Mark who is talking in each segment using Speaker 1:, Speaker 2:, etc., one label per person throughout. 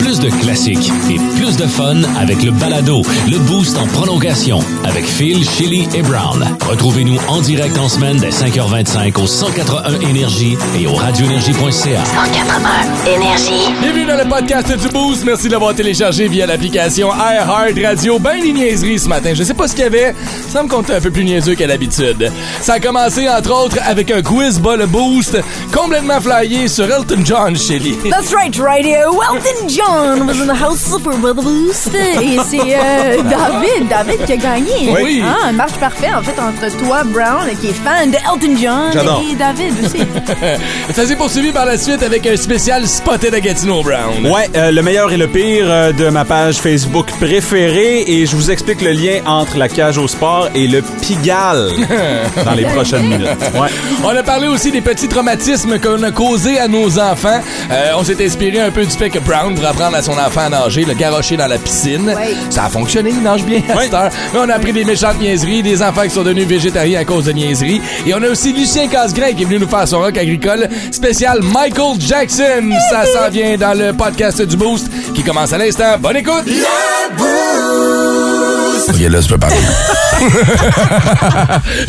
Speaker 1: Plus de classiques et plus de fun avec le balado, le boost en prolongation avec Phil, Chili et Brown. Retrouvez-nous en direct en semaine dès 5h25 au 181 Énergie et au radioénergie.ca.
Speaker 2: 181 énergie.
Speaker 3: Bienvenue dans le podcast du Boost. Merci de l'avoir téléchargé via l'application iHeartRadio. Ben les niaiseries ce matin. Je sais pas ce qu'il y avait. Ça me compte un peu plus niaiseux qu'à l'habitude. Ça a commencé, entre autres, avec un quiz bas le Boost complètement flyé sur Elton John, Shelly.
Speaker 4: That's right, radio. Elton John was in the house for the boost. Et c'est euh, David, David qui a gagné.
Speaker 3: Oui.
Speaker 4: Ah, un match parfait, en fait, entre toi, Brown, qui est fan de Elton John,
Speaker 3: J'adore.
Speaker 4: et David aussi.
Speaker 3: Ça s'est poursuivi par la suite avec un spécial Spotted à Gatineau Brown.
Speaker 5: Ouais, euh, le meilleur et le pire euh, de ma page Facebook préférée et je vous explique le lien entre la cage au sport et le Pigalle Euh, dans les prochaines minutes. Ouais.
Speaker 3: On a parlé aussi des petits traumatismes qu'on a causés à nos enfants. Euh, on s'est inspiré un peu du fait que Brown voulait apprendre à son enfant à nager, le garrocher dans la piscine.
Speaker 4: Ouais.
Speaker 3: Ça a fonctionné, il nage bien à
Speaker 5: Ouais.
Speaker 3: cette heure. Mais on a appris des méchantes niaiseries, des enfants qui sont devenus végétariens à cause de niaiseries. Et on a aussi Lucien Casgrain qui est venu nous faire son rock agricole spécial Michael Jackson. Ça s'en vient dans le podcast du Boost qui commence à l'instant. Bonne écoute!
Speaker 6: Ok, là, je peux parler.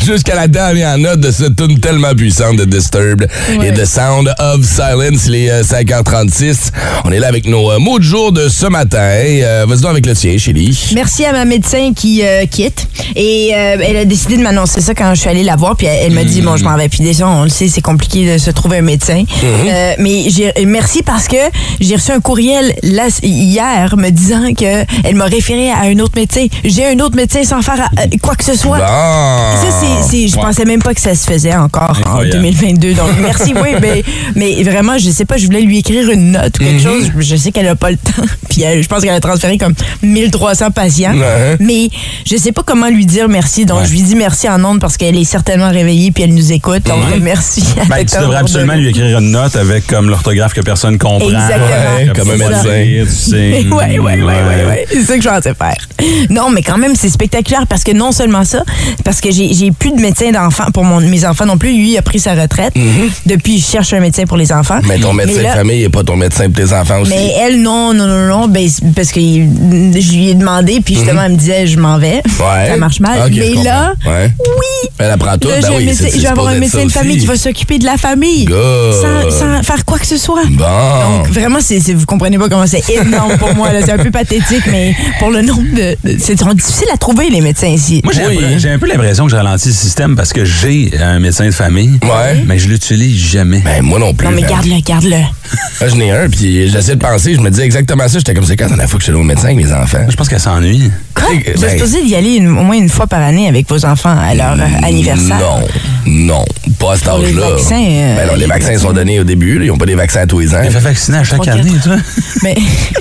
Speaker 6: Jusqu'à la dernière note de cette tune tellement puissante de Disturbed et de Sound of Silence, euh, les 5h36. On est là avec nos euh, mots de jour de ce matin. Euh, Vas-y donc avec le tien, Chélie.
Speaker 7: Merci à ma médecin qui euh, quitte. Et euh, elle a décidé de m'annoncer ça quand je suis allée la voir. Puis elle, elle m'a dit, bon, je m'en vais. Puis déjà, on le sait, c'est compliqué de se trouver un médecin. Euh, mais j'ai- merci parce que j'ai reçu un courriel là- hier me disant que elle m'a référé à un autre médecin. J'ai un autre médecin sans faire euh, quoi que ce soit.
Speaker 6: Ah!
Speaker 7: Ça, c'est, c'est- je pensais même pas que ça se faisait encore
Speaker 6: Incroyable.
Speaker 7: en 2022. Donc, merci, oui, mais, mais vraiment, je sais pas, je voulais lui écrire une note ou
Speaker 6: Mhm.
Speaker 7: quelque chose. Je sais qu'elle a pas le temps. Puis, elle- je pense qu'elle a transféré comme 1300 patients.
Speaker 6: Ouais.
Speaker 7: Mais je sais pas comment lui dire merci. Donc, je lui dis merci en ondes parce qu'elle est certainement réveillée puis elle nous écoute. Donc,
Speaker 6: Mhm.
Speaker 7: merci. à
Speaker 5: Ben, tu
Speaker 7: Victor
Speaker 5: devrais absolument
Speaker 7: Bourdonnais.
Speaker 5: lui écrire une note avec comme l'orthographe que personne comprend.
Speaker 7: Exactement.
Speaker 6: Ouais, comme un
Speaker 7: C'est ça.
Speaker 6: médecin.
Speaker 5: Tu sais.
Speaker 7: Oui, oui, oui, oui, C'est ça que je pensais faire. Non, mais quand même, c'est spectaculaire parce que non seulement ça, parce que j'ai j'ai plus de médecin d'enfants pour mon- mes enfants non plus. Lui, il a pris sa retraite. Depuis, je cherche un médecin pour les enfants.
Speaker 6: Mhm. Mais ton médecin
Speaker 7: là-
Speaker 6: de famille n'est pas ton médecin pour tes enfants aussi.
Speaker 7: mais elle, non, non, non, non, ben, c'est parce que je lui ai demandé, puis justement, elle me disait, je m'en vais.
Speaker 6: Mhm. Ouais.
Speaker 7: Ça marche mal.
Speaker 6: Ok, je
Speaker 7: mais
Speaker 6: comprends.
Speaker 7: là,
Speaker 6: Ouais.
Speaker 7: oui,
Speaker 6: Elle apprend tout.
Speaker 7: là,
Speaker 6: ben
Speaker 7: j'ai un
Speaker 6: oui,
Speaker 7: médecin-
Speaker 6: c'est- c'est
Speaker 7: je vais avoir
Speaker 6: supposé
Speaker 7: un
Speaker 6: être
Speaker 7: médecin
Speaker 6: ça
Speaker 7: de famille
Speaker 6: aussi.
Speaker 7: qui va s'occuper de la famille
Speaker 6: Good.
Speaker 7: sans, sans faire quoi que ce soit.
Speaker 6: Bon.
Speaker 7: Donc, vraiment, c'est, c'est- vous comprenez pas comment c'est énorme pour moi. là. C'est un peu pathétique, mais pour le nombre de. de- c'est sont difficiles à trouver, les médecins ici.
Speaker 5: Moi, j'ai un peu- j'ai un peu l'impression que je ralentis le système parce que j'ai un médecin de famille,
Speaker 6: Ouais.
Speaker 5: mais je l'utilise jamais.
Speaker 6: Ben, moi non plus.
Speaker 7: non, mais
Speaker 6: man.
Speaker 7: garde-le, garde-le.
Speaker 6: Moi, j'en ai un, puis j'essaie de penser, je me dis exactement ça. J'étais comme, c'est quand la dernière fois que je suis allé au médecin avec mes enfants?
Speaker 5: Je pense qu'elle s'ennuie.
Speaker 7: Quoi?
Speaker 6: Ben-
Speaker 7: Vous êtes supposé d'y aller une- au moins une fois par année avec vos enfants à leur euh, anniversaire.
Speaker 6: Non, non, pas à cet
Speaker 7: Pour les
Speaker 6: âge-là.
Speaker 7: vaccins, euh,
Speaker 6: Ben non, les
Speaker 7: les
Speaker 6: vaccins sont donnés au début, là. ils n'ont pas des vaccins à tous les ans.
Speaker 5: Elle fait vacciner à chaque
Speaker 7: Trois,
Speaker 5: année, tu vois.
Speaker 7: Mais.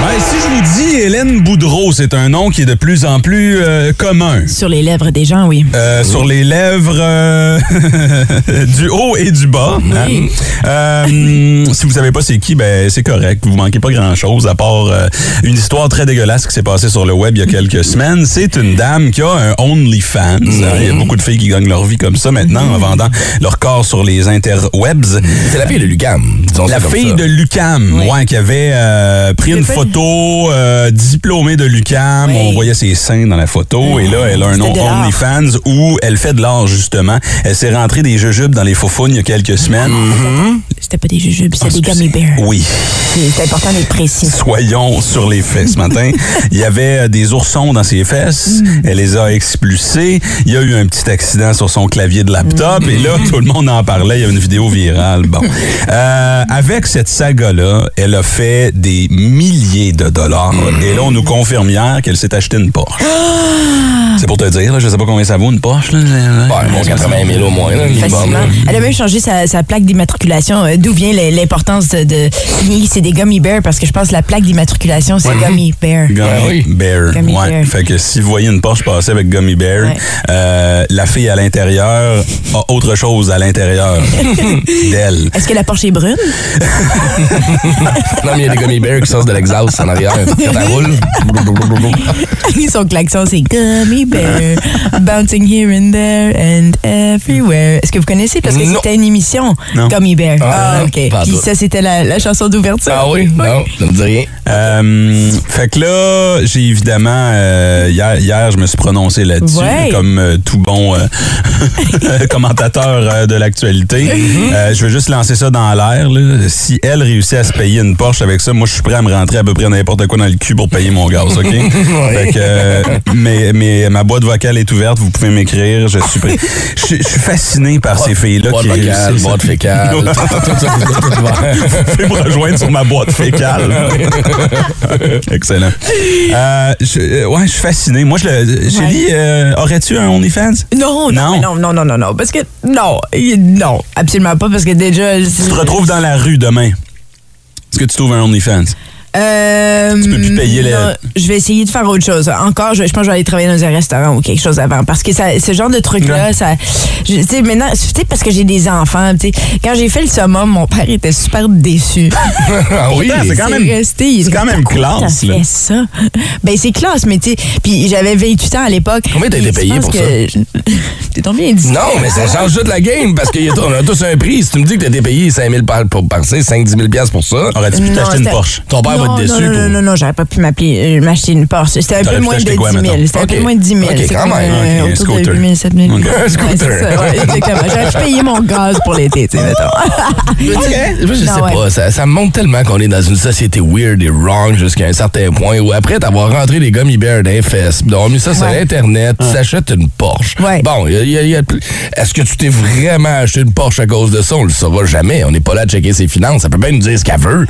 Speaker 5: Ben, si je vous dis Hélène Boudreau, c'est un nom qui est de plus en plus euh, commun.
Speaker 7: Sur les lèvres des gens, oui.
Speaker 5: Euh, Sur les lèvres euh, du haut et du bas. hein. Euh, si vous savez pas c'est qui, ben c'est correct. Vous manquez pas grand chose à part euh, une histoire très dégueulasse qui s'est passée sur le web il y a quelques semaines. C'est une dame qui a un OnlyFans. hein. Il y a beaucoup de filles qui gagnent leur vie comme ça maintenant en vendant leur corps sur les interwebs.
Speaker 6: C'est la fille de Lucam. disons ça
Speaker 5: La
Speaker 6: comme
Speaker 5: fille
Speaker 6: ça.
Speaker 5: de Lucam, ouais, qui avait euh, pris une
Speaker 7: fait-
Speaker 5: photo euh, diplômée de Lucam.
Speaker 7: Ouais.
Speaker 5: On voyait ses seins dans la photo. Et là, elle a un nom
Speaker 7: C'était de l'art.
Speaker 5: OnlyFans où elle fait de l'art, justement. Elle s'est rentrée des jujubes dans les faufounes il y a quelques semaines.
Speaker 7: C'était pas des jujubes, c'était des gummy bears.
Speaker 5: Oui.
Speaker 7: C'est c'est important d'être précis.
Speaker 5: Soyons sur les faits ce matin. Il y avait euh, des oursons dans ses fesses. Elle les a expulsés. Il y a eu un petit accident sur son clavier de laptop. Et là, tout le monde en parlait. Il y avait une vidéo virale. Bon. Euh, avec cette saga-là, elle a fait des milliers de dollars. Et là, on nous confirme hier qu'elle s'est acheté une Porsche. C'est pour te dire, là, je sais pas combien ça vaut une Porsche. Là.
Speaker 6: Ouais, bon, hein. 80 000 au moins. là, minimum,
Speaker 7: Facilement.
Speaker 6: là.
Speaker 7: Elle a même changé sa, sa plaque d'immatriculation euh, d'où vient le- l'importance de, de signer c'est des gummy bears parce que je pense que la plaque d'immatriculation c'est gummy bear. Ben
Speaker 5: Gummy
Speaker 3: oui.
Speaker 5: Bear.
Speaker 7: Gummy
Speaker 5: ouais.
Speaker 7: Bear.
Speaker 5: Fait que si vous voyez une Porsche passer avec Gummy Bear,
Speaker 7: Ouais.
Speaker 5: euh, la fille à l'intérieur a autre chose à l'intérieur d'elle.
Speaker 7: Est-ce que la Porsche est brune?
Speaker 6: Non, mais il y a des gummy bears qui sortent de l'exhaust en arrière quand elle roule.
Speaker 7: Son klaxon c'est gummy bear, bouncing here and there and everywhere. Est-ce que vous connaissez? Parce que
Speaker 6: Non.
Speaker 7: c'était une émission,
Speaker 5: Non.
Speaker 7: gummy bear.
Speaker 6: Ah,
Speaker 7: Ah,
Speaker 6: non,
Speaker 7: ok.
Speaker 6: pas
Speaker 7: Puis
Speaker 6: tout.
Speaker 7: ça c'était la, la chanson d'ouverture.
Speaker 6: Ah oui? Non, ça me dit rien.
Speaker 5: Euh, fait que là, j'ai évidemment euh, hier, hier, je me suis prononcé là-dessus
Speaker 7: Ouais.
Speaker 5: comme euh, tout bon euh, commentateur euh, de l'actualité.
Speaker 6: Mm-hmm.
Speaker 5: Euh, je veux juste lancer ça dans l'air. là. Si elle réussit à se payer une Porsche avec ça, moi je suis prêt à me rentrer à peu près n'importe quoi dans le cul pour payer mon gaz, ok Fait que, euh, mais, mais ma boîte vocale est ouverte. Vous pouvez m'écrire. Je suis prêt. Je suis- je suis fasciné par ces filles-là
Speaker 6: Boîte
Speaker 5: qui
Speaker 6: vocale,
Speaker 5: réussissent.
Speaker 6: boîte fécale. tout, tout, tout, tout, tout, tout ouvert.
Speaker 5: Vous pouvez me rejoindre sur ma boîte fécale. Excellent. Euh, je, euh, ouais, je suis fasciné. Moi, je le. Chélie, euh, aurais-tu un OnlyFans?
Speaker 7: Non, non,
Speaker 5: Non.
Speaker 7: mais non, non, non, non, non, parce que non, il- non, absolument pas, parce que déjà.
Speaker 5: Tu te retrouves dans la rue demain. Est-ce que tu trouves un OnlyFans?
Speaker 7: Euh,
Speaker 5: peux plus payer les-
Speaker 7: non, Je vais essayer de faire autre chose. Encore, je, je pense que je vais aller travailler dans un restaurant ou quelque chose avant, parce que ça, ce genre de truc là, ça, je- tu sais, maintenant, tu sais, parce que j'ai des enfants, tu sais, quand j'ai fait le summum, mon père était super déçu.
Speaker 6: Ah oui?
Speaker 5: Pourtant, c'est quand même-
Speaker 7: resté, il
Speaker 5: c'est quand
Speaker 7: était
Speaker 5: même
Speaker 7: comme, Pourquoi
Speaker 5: classe,
Speaker 7: t'as
Speaker 5: là.
Speaker 7: fait ça. Ben c'est classe, mais tu sais, puis j'avais 28 ans à l'époque.
Speaker 6: Combien t'as été
Speaker 7: Et je
Speaker 6: payé
Speaker 7: pense
Speaker 6: pour
Speaker 7: que
Speaker 6: ça?
Speaker 7: je- T'es tombé indiscret.
Speaker 6: Non, mais ça change toute la game parce qu'on a tous un prix. Si tu me dis que t'as été payé 5 000 par- pour passer, 5-10 000 piastres pour ça,
Speaker 5: Aurais-tu pu
Speaker 7: Non,
Speaker 5: t'acheter une
Speaker 7: c'était-
Speaker 5: Porsche?
Speaker 6: ton père
Speaker 7: non,
Speaker 6: va être déçu.
Speaker 7: Non, non,
Speaker 6: pour-
Speaker 7: non, non, j'aurais pas pu m'appeler, euh, m'acheter une Porsche. C'était un
Speaker 5: T'aurais
Speaker 7: peu
Speaker 5: pu
Speaker 7: moins de
Speaker 5: t'acheter
Speaker 7: 10
Speaker 5: quoi,
Speaker 7: 000.
Speaker 5: mettons?
Speaker 7: C'était un peu
Speaker 6: Ok.
Speaker 7: moins de 10 000.
Speaker 6: Ok,
Speaker 7: C'est
Speaker 6: quand
Speaker 7: comme,
Speaker 6: même.
Speaker 7: euh,
Speaker 5: Ok, un
Speaker 7: autour de
Speaker 5: scooter.
Speaker 7: 8 000, 7 000.
Speaker 5: Ok.
Speaker 6: Un scooter.
Speaker 7: Ouais, c'est ça, ouais, exactement. J'aurais pu payer mon gaz pour l'été, tu sais, mettons.
Speaker 6: Je, je sais
Speaker 7: Non, Ah ouais.
Speaker 6: pas, ça, ça me montre tellement qu'on est dans une société weird et wrong jusqu'à un certain point où après t'avoir rentré les gummy bears dans les fesses, pis d'avoir mis ça sur
Speaker 7: Ouais.
Speaker 6: Internet, tu t'achètes une Porsche.
Speaker 7: Ouais.
Speaker 6: Bon, y a- y a- y a plus- est-ce que tu t'es vraiment acheté une Porsche à cause de ça? On le saura jamais. On n'est pas là à checker ses finances. Ça peut bien nous dire ce qu'elle veut.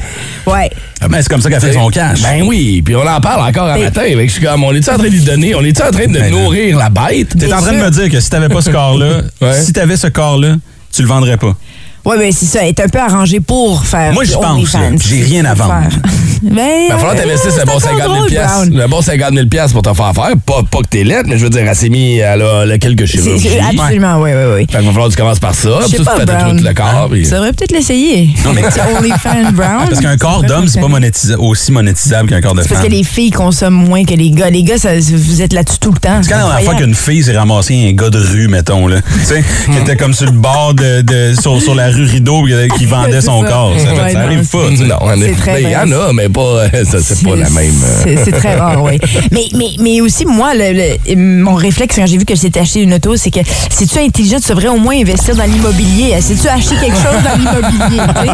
Speaker 7: Ouais.
Speaker 5: Mais Ah ben, c'est comme ça qu'elle fait son cash.
Speaker 6: Ben oui, puis on en parle encore un
Speaker 7: Mais-
Speaker 6: matin. Fait que je suis comme, on est-tu en train de lui donner? On est-tu en train de
Speaker 5: Ben là.
Speaker 6: nourrir la bête?
Speaker 5: T'es en train de me dire que si t'avais pas ce corps-là,
Speaker 6: Ouais.
Speaker 5: si t'avais ce corps-là, tu le vendrais pas.
Speaker 7: Ouais, ben c'est ça. Elle est un peu arrangée pour faire.
Speaker 5: Moi, je
Speaker 7: du
Speaker 5: pense,
Speaker 7: OnlyFans.
Speaker 5: là, j'ai rien à vendre.
Speaker 7: Faire. Ben.
Speaker 6: Il va falloir
Speaker 7: euh,
Speaker 6: t'investir
Speaker 7: c'est
Speaker 6: un bon
Speaker 7: encore
Speaker 6: 50 000
Speaker 7: drôle,
Speaker 6: piastres.
Speaker 7: Brown.
Speaker 6: Un bon 50 000 piastres pour t'en faire faire. Pas, pas que t'es lettre, mais je veux dire, elle s'est mis, elle a, elle a quelques
Speaker 7: C'est-
Speaker 6: chirurgies.
Speaker 7: c'est- Absolument, oui, oui, oui.
Speaker 6: Fait qu'il va falloir que tu commences par ça.
Speaker 7: Je
Speaker 6: Puis
Speaker 7: sais
Speaker 6: ça,
Speaker 7: pas,
Speaker 6: tu fais tatouer
Speaker 7: Brown.
Speaker 6: tout le corps. puis-
Speaker 7: Tu devrais peut-être l'essayer.
Speaker 5: Non, mais-
Speaker 7: C'est OnlyFans Brown.
Speaker 5: Parce qu'un corps d'homme, c'est pas monétisa- aussi monétisable qu'un corps de
Speaker 7: C'est parce
Speaker 5: femme.
Speaker 7: que les filles consomment moins que les gars. Les gars, ça- vous êtes là-dessus tout le temps.
Speaker 5: C'est quand la dernière fois qu'une fille s'est ramassée un gars de rue, mettons, là. Tu sais, qui était comme sur le bord de, de- sur, sur la rue Rideau, puis qui vendait son
Speaker 7: C'est ça.
Speaker 5: corps. Ça,
Speaker 7: Ouais,
Speaker 5: ça arrive
Speaker 7: non,
Speaker 5: pas, tu sais.
Speaker 6: Non, en
Speaker 7: Ah, C'est
Speaker 6: effet,
Speaker 7: très
Speaker 6: il y en a, mais pas, euh, ça, c'est pas la même. euh.
Speaker 7: C'est- C'est très rare, oui. Mais, mais, mais aussi, moi, le, le- mon réflexe quand j'ai vu que je s'était acheté une auto, c'est que si tu es intelligent, tu devrais au moins investir dans l'immobilier. Si tu acheter quelque chose dans l'immobilier,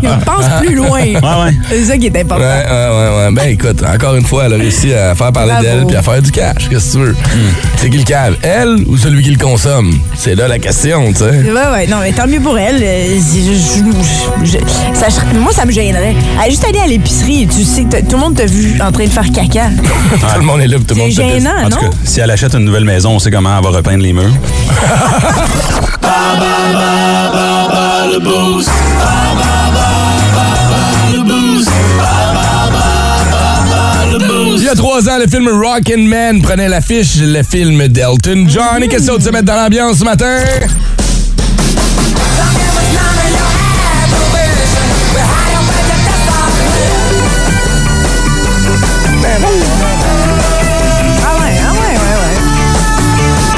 Speaker 7: tu sais, pense plus loin.
Speaker 5: Ouais, ouais.
Speaker 7: C'est ça qui est important.
Speaker 6: Ouais, ouais, ouais, ouais. Ben écoute, encore une fois, elle a réussi à faire parler
Speaker 7: Bravo. Hmm.
Speaker 6: d'elle puis à faire du cash. Qu'est-ce que tu veux? C'est qui le cave? Elle ou celui qui le consomme? C'est là la question, tu sais.
Speaker 7: Ouais, ouais, non, mais tant mieux pour elle. Euh, si je- je- je- je- ça serait- moi, ça me gênerait. Ah, juste aller à l'épicerie, tu sais que t'as- tout le monde t'a vu en train de faire caca.
Speaker 6: Tout le monde est là, puis tout le
Speaker 7: C'est
Speaker 6: monde se pisse.
Speaker 7: gênant,
Speaker 5: En
Speaker 7: non?
Speaker 5: tout cas, si elle achète une nouvelle maison, on sait comment elle va repeindre les murs.
Speaker 6: Il y a trois ans, le film Rockin' Man prenait l'affiche, le film d'Elton John. Et question de se mettre dans l'ambiance ce matin?
Speaker 7: Ah ouais, ah ouais, ouais, ouais.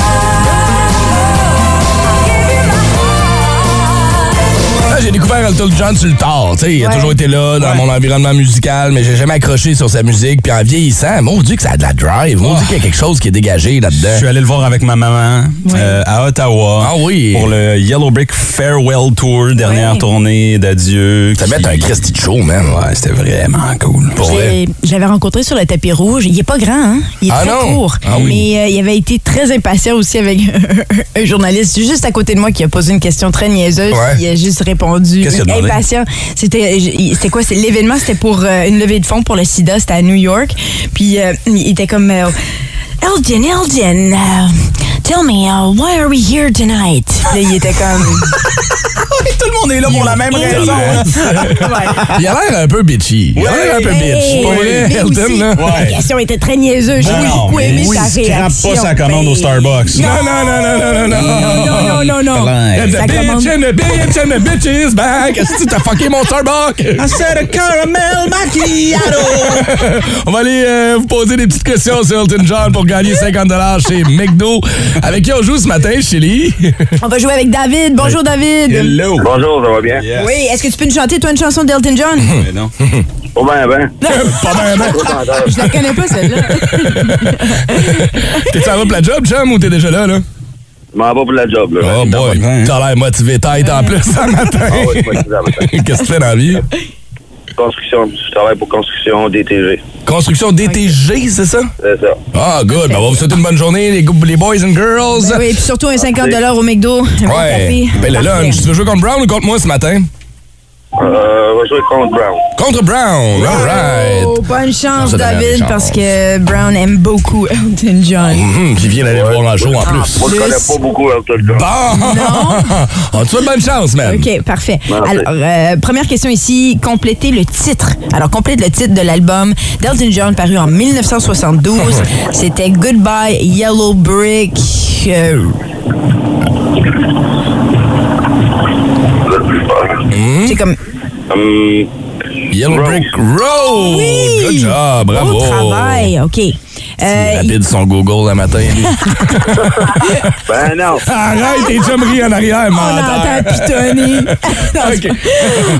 Speaker 6: Là, Ah, j'ai découvert Elton John sur le tard. tu sais. Il a
Speaker 7: Ouais.
Speaker 6: toujours été là dans mon environnement musical, mais j'ai jamais accroché sur sa musique. Puis en vieillissant, mon Dieu que ça a de la drive. Mon Dieu qu'il y a quelque chose qui est dégagé
Speaker 5: Je suis
Speaker 6: là-dedans.
Speaker 5: allé le voir avec ma maman euh, à Ottawa
Speaker 6: Ah oui.
Speaker 5: pour le Yellow Brick Farewell Tour, dernière
Speaker 7: Ouais.
Speaker 5: tournée d'adieu.
Speaker 6: Ça
Speaker 5: qui-
Speaker 6: va être un Christy de show, man.
Speaker 5: Ouais, c'était vraiment cool.
Speaker 6: Pour vrai.
Speaker 7: J'ai- J'avais rencontré sur le tapis rouge. Il est pas grand, hein? Il est
Speaker 6: Ah
Speaker 7: très
Speaker 6: non?
Speaker 7: court.
Speaker 6: Ah oui.
Speaker 7: Mais euh, il avait été très impatient aussi avec un journaliste juste à côté de moi qui a posé une question très niaiseuse.
Speaker 6: Ouais.
Speaker 7: Il a juste répondu rendu
Speaker 5: Qu'est-ce qu'il a demandé?
Speaker 7: impatient. C'était euh, j- c'était quoi? c'est- L'événement, c'était pour euh, une levée de fonds pour le sida. C'était à New York. Puis euh, il était comme... euh, Elgin, Elgin, uh, tell me, uh, why are we here tonight? Puis là, il était comme...
Speaker 5: Tout le monde est là pour la même raison.
Speaker 6: Il a l'air un peu bitchy. Il a l'air un peu bitch.
Speaker 7: Hey,
Speaker 6: Pas vrai,
Speaker 7: mais
Speaker 6: Elton,
Speaker 7: aussi,
Speaker 6: là?
Speaker 7: La question était très niaiseuse. J'ai
Speaker 5: Ben non,
Speaker 7: beaucoup
Speaker 5: mais
Speaker 7: aimé
Speaker 5: oui,
Speaker 7: sa
Speaker 5: il se crappe
Speaker 7: réaction.
Speaker 5: pas sa commande au
Speaker 7: Ben,
Speaker 5: Starbucks.
Speaker 6: Non, non, non, non, non, non, non.
Speaker 7: Non, non, non, non.
Speaker 5: Plein.
Speaker 6: And
Speaker 7: Ça
Speaker 6: the
Speaker 7: commande-
Speaker 6: bitch and the bitch and the bitch is back. Est-ce que tu t'as fucké mon Starbucks?
Speaker 5: I said a caramel macchiato.
Speaker 6: On va aller euh, vous poser des petites questions sur Elton John pour gagner 50 chez McDo. Avec qui on joue ce matin, Chili?
Speaker 7: On va jouer avec David. Bonjour, David.
Speaker 5: Hello.
Speaker 8: Bonjour, ça va bien?
Speaker 7: Oui, est-ce que tu peux nous chanter, toi, une chanson d'Elton John?
Speaker 5: Mais non.
Speaker 8: Pas bien, ben.
Speaker 6: Pas bien, ben.
Speaker 7: Je la connais pas, celle-là.
Speaker 6: T'es-tu en route pour la job, Jam, ou t'es déjà là, là?
Speaker 8: Je m'en vais pour la job, là. Ben,
Speaker 6: Oh boy,
Speaker 5: hein?
Speaker 6: t'as l'air motivé tête en plus ce matin.
Speaker 8: Ah ouais, c'est pas grave, ça.
Speaker 6: Qu'est-ce que tu fais dans la vie?
Speaker 8: Construction, je travaille pour construction DTG.
Speaker 6: Construction DTG, c'est ça?
Speaker 8: C'est ça.
Speaker 6: Ah, good. Ben, on va vous souhaiter une bonne journée, les, go- les boys and girls.
Speaker 7: Ben oui, puis surtout un 50 au McDo. Un bon
Speaker 6: Ouais.
Speaker 7: café.
Speaker 6: Ben, le
Speaker 7: Parfait.
Speaker 6: lunch. Tu veux jouer contre Brown ou contre moi ce matin?
Speaker 8: Euh, on va jouer contre Brown.
Speaker 6: Contre Brown. All right.
Speaker 7: Oh, bonne chance,
Speaker 6: Ça donne des
Speaker 7: David,
Speaker 6: chances.
Speaker 7: parce que Brown aime beaucoup Elton John.
Speaker 6: Hum, qui vient d'aller voir en show en plus.
Speaker 8: Moi, je connais pas beaucoup Elton John.
Speaker 6: Bon! On te souhaite bonne chance, man.
Speaker 7: OK, parfait.
Speaker 8: Parfait.
Speaker 7: Alors, euh, première question ici, complétez le titre. Alors, complète le titre de l'album d'Elton John paru en 1972. C'était Goodbye Yellow Brick. euh, C'est comme
Speaker 8: Hum,
Speaker 6: Yellow
Speaker 8: Road.
Speaker 6: Brick Road.
Speaker 7: Oui!
Speaker 6: Good job, bravo.
Speaker 7: Bon travail, OK.
Speaker 6: Il est
Speaker 7: Euh,
Speaker 6: Rapide son Google le matin. lui.
Speaker 8: ben non.
Speaker 6: Arrête, t'es déjà pris en arrière,
Speaker 7: On
Speaker 6: menteur.
Speaker 7: entend pitonner. Non, c'est
Speaker 6: Ok.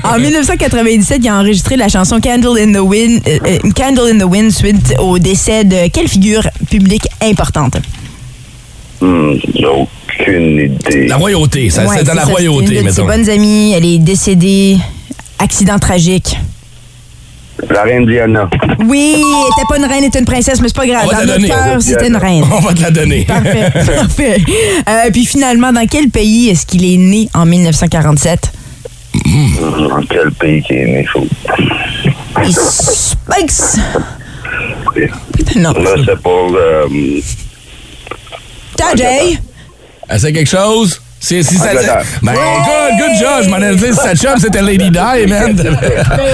Speaker 7: pas- En 1997, il a enregistré la chanson Candle in the Wind, euh, euh, Candle in the Wind suite au décès de quelle figure publique importante?
Speaker 8: Hum, j'ai aucune idée.
Speaker 6: La royauté, ça,
Speaker 7: Ouais,
Speaker 6: c'est dans la
Speaker 7: ça, C'est
Speaker 6: royauté,
Speaker 7: une de ses
Speaker 6: mettons.
Speaker 7: bonnes amies, elle est décédée. Accident tragique.
Speaker 8: La reine Diana.
Speaker 7: Oui, elle était pas une reine, elle était une princesse, mais c'est pas grave.
Speaker 6: On va te
Speaker 7: Ah, Dans
Speaker 6: la
Speaker 7: notre
Speaker 6: donner.
Speaker 7: cœur, c'était une reine.
Speaker 6: On va te la donner.
Speaker 7: Parfait, parfait. Euh, puis finalement, dans quel pays est-ce qu'il est né en 1947?
Speaker 8: Hum, Dans quel pays qui est né, faut.
Speaker 7: Il spikes! Non.
Speaker 8: Là, c'est pour. Euh,
Speaker 7: Tajay!
Speaker 6: Elle sait quelque chose? C'est si ça.
Speaker 8: Angleterre.
Speaker 6: Ben, good, good job. Je m'en ai dit, si ça chum, c'était Lady Di, man.
Speaker 7: Ben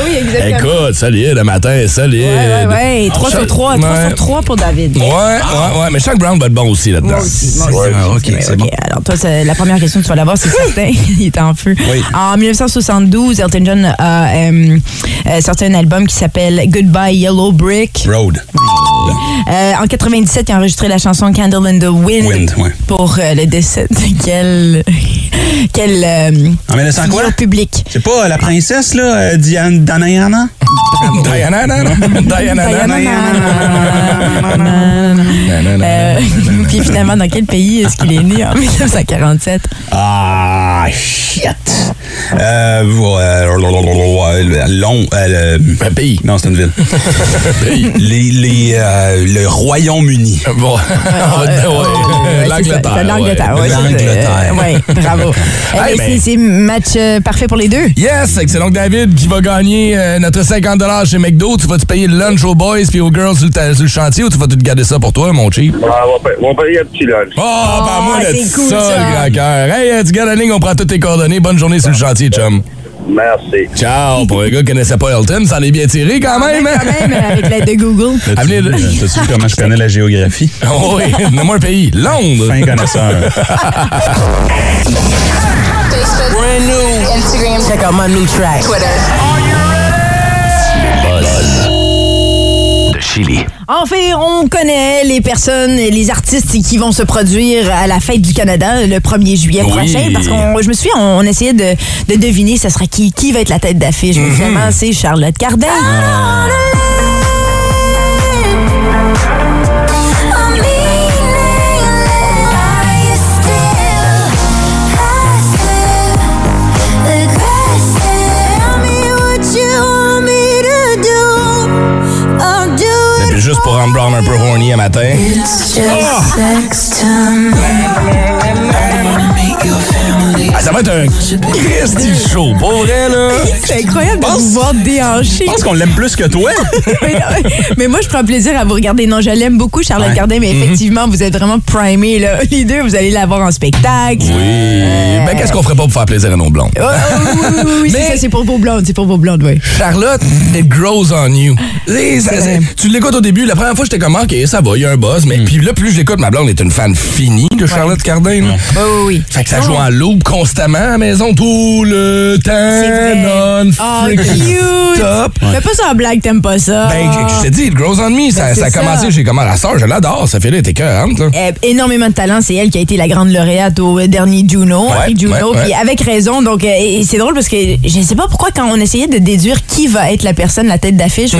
Speaker 7: oui, exactement.
Speaker 6: Écoute, solide, le matin, solide.
Speaker 7: Ouais, ouais, ouais. 3 sur 3, 3
Speaker 6: Ouais.
Speaker 7: sur 3 pour David.
Speaker 6: Ouais, ouais, ouais, mais chaque Brown va être bon aussi là-dedans.
Speaker 7: Moi aussi, moi aussi.
Speaker 6: Ouais, ah, ok,
Speaker 7: Ouais,
Speaker 6: c'est
Speaker 7: ok.
Speaker 6: bon.
Speaker 7: Alors, toi, c'est- la première question que tu vas l'avoir, c'est certain. Il est en feu. En 1972, Elton John a euh, euh, sorti un album qui s'appelle Goodbye Yellow Brick.
Speaker 5: Road.
Speaker 7: Euh, en 97, il a enregistré la chanson Candle in the Wind,
Speaker 5: Wind, ouais.
Speaker 7: pour euh, le décès de quel. quel. euh,
Speaker 5: En 1900 quoi?
Speaker 7: figure publique.
Speaker 5: C'est pas euh, la princesse, là, euh, Diane Danayana?
Speaker 6: Diana, Diana, Diana,
Speaker 7: Diana, nanana. Euh, puis finalement, dans quel pays est-ce qu'il est né en 1947?
Speaker 5: Ah, shit! Euh, ouais, long. euh, le-
Speaker 6: Un pays.
Speaker 5: non, c'est une ville. les, les, euh, le Royaume-Uni.
Speaker 6: Bon,
Speaker 7: Ouais,
Speaker 6: ouais,
Speaker 7: c'est ça,
Speaker 6: Euh, l'Angleterre.
Speaker 7: c'est L'Angleterre,
Speaker 6: ouais.
Speaker 7: ouais, c'est ça.
Speaker 5: L'Angleterre.
Speaker 7: Euh, ouais, bravo. Eh ben,
Speaker 6: Hey, mais-
Speaker 7: c'est- C'est match euh, parfait pour les deux.
Speaker 6: Yes, excellent David qui va gagner euh, notre 50 chez McDo. Tu vas-tu payer le lunch aux boys puis aux girls sur le, ta- sur le chantier ou tu vas tout garder ça pour toi, mon cheap?
Speaker 8: ah, on, va payer, on va payer un petit lunch.
Speaker 6: Oh, par moi
Speaker 7: Ah, c'est
Speaker 6: le
Speaker 7: cool,
Speaker 6: ça,
Speaker 7: ça.
Speaker 6: le grand cœur. Hey, euh, tu gardes la ligne, on prend toutes tes coordonnées. Bonne journée sur le chantier, chum.
Speaker 8: Merci.
Speaker 6: Ciao. Pour un gars qui connaissait pas Elton, ça en est bien tiré quand même.
Speaker 7: Quand
Speaker 6: hein?
Speaker 7: même, euh, avec l'aide de Google.
Speaker 6: Amenez le-
Speaker 5: T'as-tu vu euh, comment je connais la géographie?
Speaker 6: Oh oui, donne-moi un pays. Londres.
Speaker 5: Fin connaisseur.
Speaker 1: de Chili.
Speaker 7: Enfin, on connaît les personnes, les artistes qui vont se produire à la fête du Canada le 1er juillet
Speaker 6: Oui.
Speaker 7: prochain. Parce qu'on, je me souviens, on, on essayait de, de deviner ce sera qui, qui va être la tête d'affiche.
Speaker 6: Mhm.
Speaker 7: Mais Finalement, c'est Charlotte Cardin.
Speaker 6: Ah. Et puis juste pour rendre Brown un peu horny un matin. Oh. Ah! Ah, ça va être un Christy show. Pour vrai, là.
Speaker 7: C'est incroyable de vous voir déhancher.
Speaker 5: Je pense qu'on l'aime plus que toi.
Speaker 7: mais, non, mais moi, je prends plaisir à vous regarder. Non, je l'aime beaucoup, Charlotte
Speaker 5: Ouais.
Speaker 7: Cardin,
Speaker 6: Mhm.
Speaker 7: mais effectivement, vous êtes vraiment primés. Là. Les deux, vous allez la voir en spectacle.
Speaker 6: Oui. Ben, qu'est-ce qu'on ferait pas pour faire plaisir à nos blondes?
Speaker 7: Oh, oh, oui, oui, oui, oui, c'est
Speaker 6: Mais-
Speaker 7: ça, c'est pour vos blondes, c'est pour vos blondes, oui.
Speaker 6: Charlotte, it grows on you. Et ça-
Speaker 7: C'est
Speaker 6: c'est-
Speaker 7: vrai.
Speaker 6: tu l'écoutes au début, la première fois, j'étais comme, OK, ça va, il y a un buzz. Mais puis là, plus je l'écoute, ma blonde est une fan finie de Charlotte Cardin. là.
Speaker 7: Oui, oui, oui.
Speaker 6: Fait que ça joue en loop constamment à la maison tout le
Speaker 7: vrai.
Speaker 6: temps. Non,
Speaker 7: Oh,
Speaker 6: freaking
Speaker 7: cute!
Speaker 6: top.
Speaker 7: Fais pas ça en blague, t'aimes pas ça.
Speaker 6: Ben, je- je te dis, it grows on me. ça,
Speaker 7: Ben, c'est
Speaker 6: ça a
Speaker 7: ça.
Speaker 6: commencé, j'ai comme, ah, la sœur, je l'adore, ça fait là, t'es cohérente, là.
Speaker 7: Euh, énormément de talent. C'est elle qui a été la grande lauréate au euh, dernier Juno,
Speaker 6: Ouais,
Speaker 7: prix Juno,
Speaker 6: ouais, ouais.
Speaker 7: puis avec raison. Donc, euh, et c'est drôle parce que je ne sais pas pourquoi quand on essayait de déduire qui va être la personne, la tête d'affiche,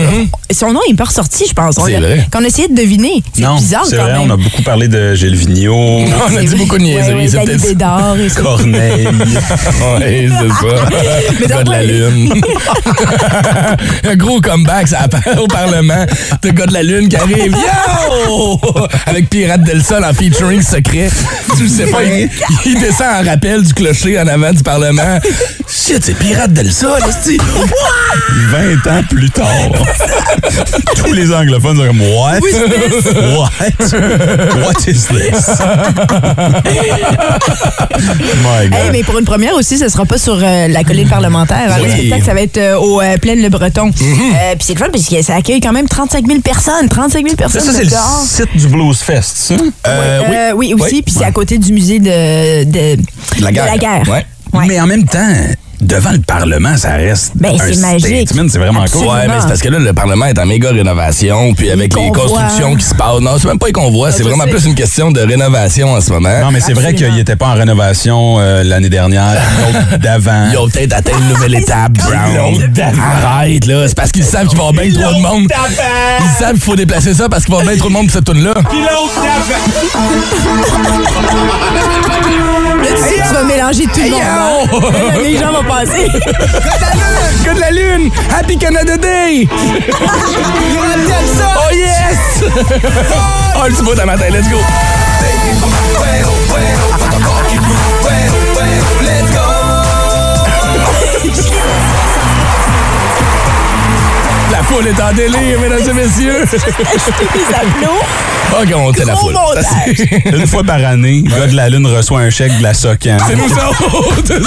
Speaker 7: son nom est pas ressorti, je pense. On-
Speaker 6: Mhm. C'est vrai.
Speaker 7: Quand on essayait de deviner, c'est
Speaker 5: non,
Speaker 7: bizarre
Speaker 5: c'est
Speaker 7: quand
Speaker 5: vrai,
Speaker 7: même.
Speaker 5: on a beaucoup parlé de Gilles Vigneault,
Speaker 6: On a dit beaucoup de niaiseries,
Speaker 7: Ouais, ouais,
Speaker 6: c'est
Speaker 7: Dany
Speaker 6: peut-être ça.
Speaker 7: Bédard et ça.
Speaker 5: Corneille.
Speaker 6: Ouais, c'est ça.
Speaker 7: Mais
Speaker 6: Gars de la Lune. Un gros comeback, ça apparaît au Parlement. Le gars de la Lune qui arrive. Yo! Avec Pirate Del Sol en featuring secret. Tu le sais pas, il, il descend en rappel du clocher en avant du Parlement. Shit, c'est Pirate Del Sol, hostie.
Speaker 5: 20 ans plus tard. Tous les anglophones sont comme What? What? What is this? My
Speaker 7: Hey,
Speaker 5: God.
Speaker 7: mais pour une première aussi, ce sera pas sur euh, la colline parlementaire. hein. Le
Speaker 6: Oui.
Speaker 7: spectacle, ça va être euh, au euh, Plaine Le Breton. Euh, Puis c'est le fun parce que ça accueille quand même 35 000 personnes. 35 000 personnes.
Speaker 5: ça, c'est
Speaker 7: de
Speaker 5: le
Speaker 7: dehors.
Speaker 5: site du Blues Fest, ça?
Speaker 6: Euh,
Speaker 7: Euh, oui, aussi.
Speaker 6: Oui.
Speaker 7: Puis c'est à côté du musée de, de,
Speaker 6: De la guerre.
Speaker 7: de
Speaker 6: Ouais.
Speaker 7: Ouais.
Speaker 5: Mais en même temps, devant le Parlement, ça reste
Speaker 7: Ben,
Speaker 5: un
Speaker 7: c'est magique.
Speaker 5: statement. C'est vraiment cool.
Speaker 7: Absolument.
Speaker 6: Ouais, mais c'est parce que là, le Parlement est en méga rénovation, puis avec les
Speaker 7: convois. Ben,
Speaker 6: constructions qui se passent. Non, c'est même pas les convois, c'est
Speaker 7: je
Speaker 6: vraiment
Speaker 7: sais.
Speaker 6: plus une question de rénovation en ce moment.
Speaker 5: Non, mais c'est vrai
Speaker 7: Absolument.
Speaker 5: qu'il n'était pas en rénovation euh, l'année dernière, l'autre d'avant.
Speaker 6: Ils ont peut-être atteint une nouvelle étape, Brown. Arrête, là. C'est parce qu'ils savent qu'il va y avoir bien trop de monde. Ils savent qu'il faut déplacer ça parce qu'il va y avoir bien trop de monde pour cette tune là
Speaker 7: Là, tu sais que tu vas mélanger tout le monde. hein? Les gens vont passer.
Speaker 6: Que de la lune! Happy Canada Day! oh yes! oh, le petit bout à matin, let's go! La foule est en délire, mesdames et messieurs!
Speaker 7: Les applaudissements.
Speaker 6: Ok, on était la
Speaker 7: Gros
Speaker 6: foule. Ça, c'est-
Speaker 5: Une fois par année, le gars de la Lune reçoit un chèque de la Socan.
Speaker 6: C'est nous autres!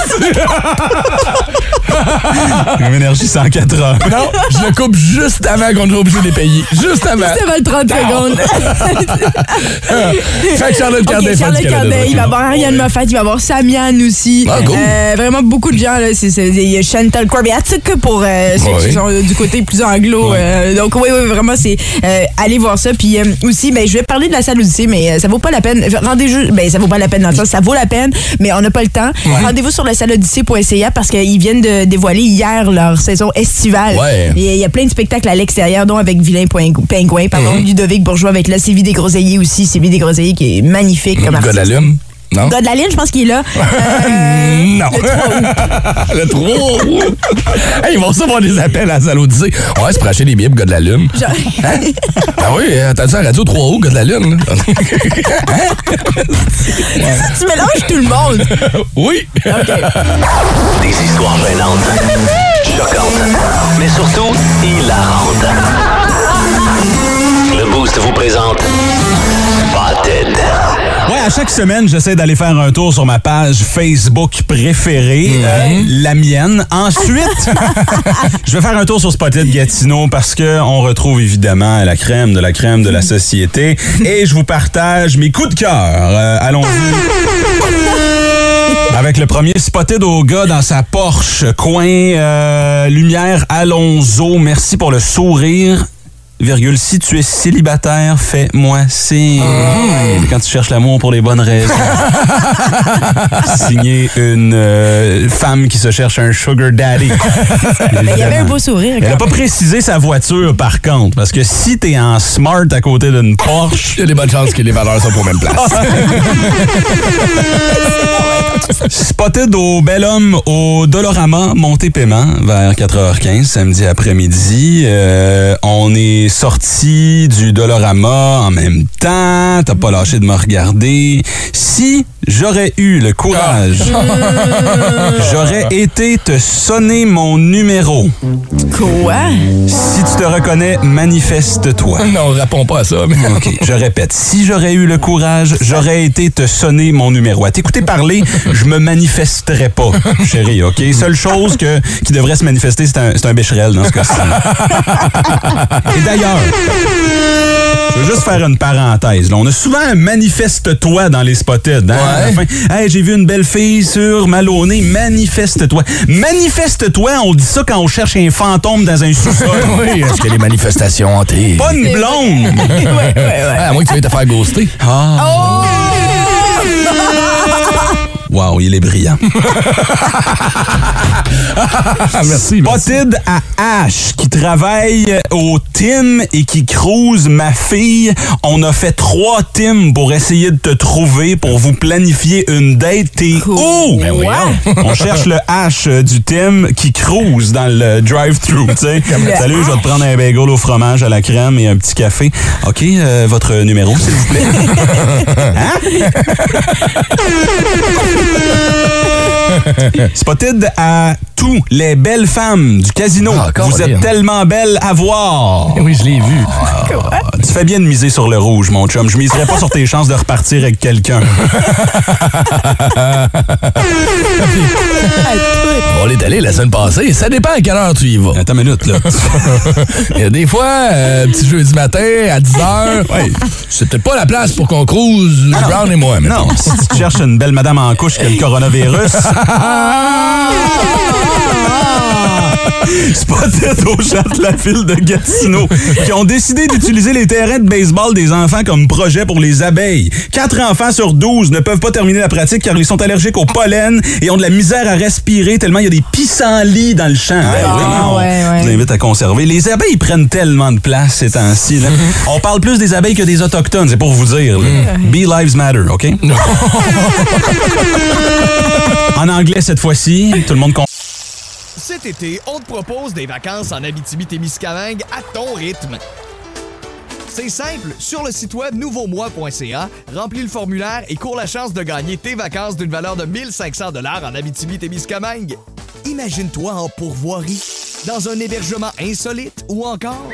Speaker 5: Une énergie 180.
Speaker 6: Non, je le coupe juste avant qu'on soit obligé de les payer. Juste avant.
Speaker 7: Ça va le 30 secondes.
Speaker 6: Fait que Charlotte
Speaker 7: OK,
Speaker 6: Cardin fait
Speaker 7: Charles
Speaker 6: du Canada.
Speaker 7: Cardin, il va y avoir Ariane Moffat, il va y avoir Samian aussi.
Speaker 6: Ah, cool.
Speaker 7: Euh, vraiment beaucoup de gens. Là, c'est, c'est- il y a Chantal Krabiatic pour euh, ceux
Speaker 6: Ouais.
Speaker 7: qui sont euh, du côté plus anglo. euh, donc, oui, oui, vraiment, c'est euh, allez voir ça. Puis euh, aussi, ben, je vais parler de la salle Odyssée, mais euh, ça vaut pas la peine. Rendez-vous, ben, ça vaut pas la peine dans le sens, ça vaut la peine, mais on n'a pas le temps. Rendez-vous sur la salle Odyssée.ca parce qu'ils viennent de dévoiler hier leur saison estivale.
Speaker 6: Ouais.
Speaker 7: Et il y a plein de spectacles à l'extérieur, dont avec Vilain Poing- Pingouin, pardon,
Speaker 6: Eh.
Speaker 7: Ludovic Bourgeois avec la Sylvie Desgroseilliers aussi. Sylvie Desgroseilliers qui est magnifique comme
Speaker 6: Le gars de la
Speaker 7: artiste.
Speaker 6: lune? Non?
Speaker 7: Gars de la Lune, je pense qu'il est là. Euh,
Speaker 6: Non. Le 3 août. hey, ils vont recevoir des appels à la salle Odyssée. Ouais, c'est pour acheter des billets pour gars de la lune.
Speaker 7: genre-
Speaker 6: Ah oui, euh, t'as dit à la radio 3 août, gars de la lune. Hein? là?
Speaker 7: tu mélanges tout le monde.
Speaker 6: oui.
Speaker 1: Des histoires gênantes, choquantes, mais surtout hilarantes. Le Boost vous présente Spotted.
Speaker 5: Ouais, à chaque semaine, j'essaie d'aller faire un tour sur ma page Facebook préférée, euh, la mienne. Ensuite, je vais faire un tour sur Spotted Gatineau parce que on retrouve évidemment la crème de la crème de la société et je vous partage mes coups de cœur. Euh, Allons-y. Avec le premier spotted au gars dans sa Porsche, coin euh, lumière Alonso. Merci pour le sourire. Virgule, si tu es célibataire, fais-moi signe.
Speaker 6: Ah.
Speaker 5: Quand tu cherches l'amour pour les bonnes raisons. Signé une euh, femme qui se cherche un sugar daddy.
Speaker 7: ben, Il y avait un
Speaker 5: Évidemment.
Speaker 7: beau sourire.
Speaker 5: Elle n'a pas précisé sa voiture, par contre, parce que si t'es en smart à côté d'une Porsche, Ah,
Speaker 6: Il y a des bonnes chances que les valeurs soient pour même place.
Speaker 5: Spotted au Bel Homme au Dolorama, montée paiement vers 4h15 samedi après-midi. Euh, on est sorti du Dolorama en même temps. T'as pas lâché de me regarder. Si J'aurais eu le courage. J'aurais été te sonner mon numéro.
Speaker 7: Quoi?
Speaker 5: Si tu te reconnais, manifeste-toi.
Speaker 6: Non, réponds pas à ça. Mais...
Speaker 5: OK, je répète. Si j'aurais eu le courage, j'aurais été te sonner mon numéro. À t'écouter parler, je me manifesterais pas, chérie, OK? Seule chose que, qui devrait se manifester, c'est un, c'est un bécherel dans ce cas-ci. Et d'ailleurs, je veux juste faire une parenthèse. là. On a souvent un manifeste-toi dans les spotted. hein, à la fin. Hey, j'ai vu une belle fille sur Maloney. Manifeste-toi. Manifeste-toi, on dit ça quand on cherche un fantôme dans un sous-sol.
Speaker 6: oui, est-ce que les manifestations hantées?
Speaker 5: Pas une blonde. Ah.
Speaker 7: ouais, ouais, ouais.
Speaker 6: Ah, à moins que tu veuilles te faire ghoster. Oh!
Speaker 5: Wow, il est brillant.
Speaker 6: Ah, merci.
Speaker 5: Spotted à H qui travaille euh, au team et qui crouse ma fille. On a fait trois teams pour essayer de te trouver, pour vous planifier une date. T'es où?
Speaker 7: Ben voyons.
Speaker 5: On cherche le H euh, du team qui crouse dans le drive-thru. tu sais. Salut, je vais te prendre un bagel au fromage, à la crème et un petit café. OK, euh, votre numéro, s'il vous plaît. Spotted à tous les belles femmes du casino.
Speaker 6: Ah, encore,
Speaker 5: Vous êtes
Speaker 6: Lynn.
Speaker 5: tellement belles à voir.
Speaker 6: Oui, je l'ai vu.
Speaker 5: Ah, Tu fais bien de miser sur le rouge, mon chum. Je miserais pas sur tes chances de repartir avec quelqu'un.
Speaker 6: On est allé la semaine passée. Ça dépend à quelle heure tu y vas.
Speaker 5: Attends une minute, là.
Speaker 6: Il y a des fois, euh, petit jeudi matin à 10 h, c'est peut-être pas la place pour qu'on cruise Brown et moi.
Speaker 5: Ah, non, si tu cherches une belle madame en couche qui a le coronavirus... Spotted aux gens de la ville de Gatineau qui ont décidé d'utiliser les terrains de baseball des enfants comme projet pour les abeilles. Quatre enfants sur 12 ne peuvent pas terminer la pratique car ils sont allergiques au pollen et ont de la misère à respirer tellement il y a des pissenlits dans le champ. Ben oui, on
Speaker 7: ouais, ouais.
Speaker 5: vous invite à conserver. Les abeilles prennent tellement de place ces temps-ci. là.
Speaker 7: Mm-hmm.
Speaker 5: On parle plus des abeilles que des autochtones, c'est pour vous dire. là. Bee Lives Matter, OK? en anglais cette fois-ci, tout le monde comprend.
Speaker 9: Cet été, on te propose des vacances en Abitibi-Témiscamingue à ton rythme. C'est simple, sur le site web nouveaumois.ca, remplis le formulaire et cours la chance de gagner tes vacances d'une valeur de 1500 dollars en Abitibi-Témiscamingue. Imagine-toi en pourvoirie, dans un hébergement insolite ou encore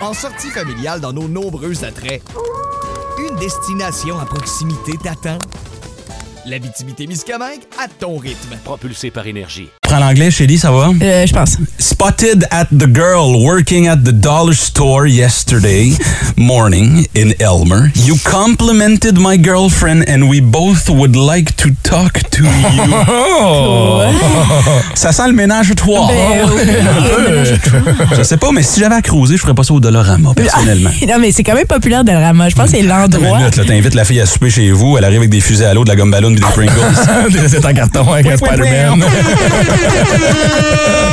Speaker 9: en sortie familiale dans nos nombreux attraits. Une destination à proximité t'attend. L'Abitibi-Témiscamingue à ton rythme.
Speaker 1: Propulsé par énergie.
Speaker 5: Prends l'anglais, Shelly, ça va?
Speaker 7: Euh, je pense.
Speaker 5: Spotted at the girl working at the dollar store yesterday morning in Elmer. You complimented my girlfriend and we both would like to talk to you.
Speaker 7: Oh.
Speaker 5: ça sent le ménage à trois. Je sais pas, mais si j'avais à cruiser, je ferais pas ça au Dolorama, personnellement.
Speaker 7: Non, mais c'est quand même populaire de Rama. Je pense que c'est
Speaker 5: Une
Speaker 7: l'endroit.
Speaker 5: minute, là, t'invites la fille à souper chez vous, elle arrive avec des fusées à l'eau, de la gomme ballon et des Pringles.
Speaker 6: Des recettes en carton avec un Spider-Man.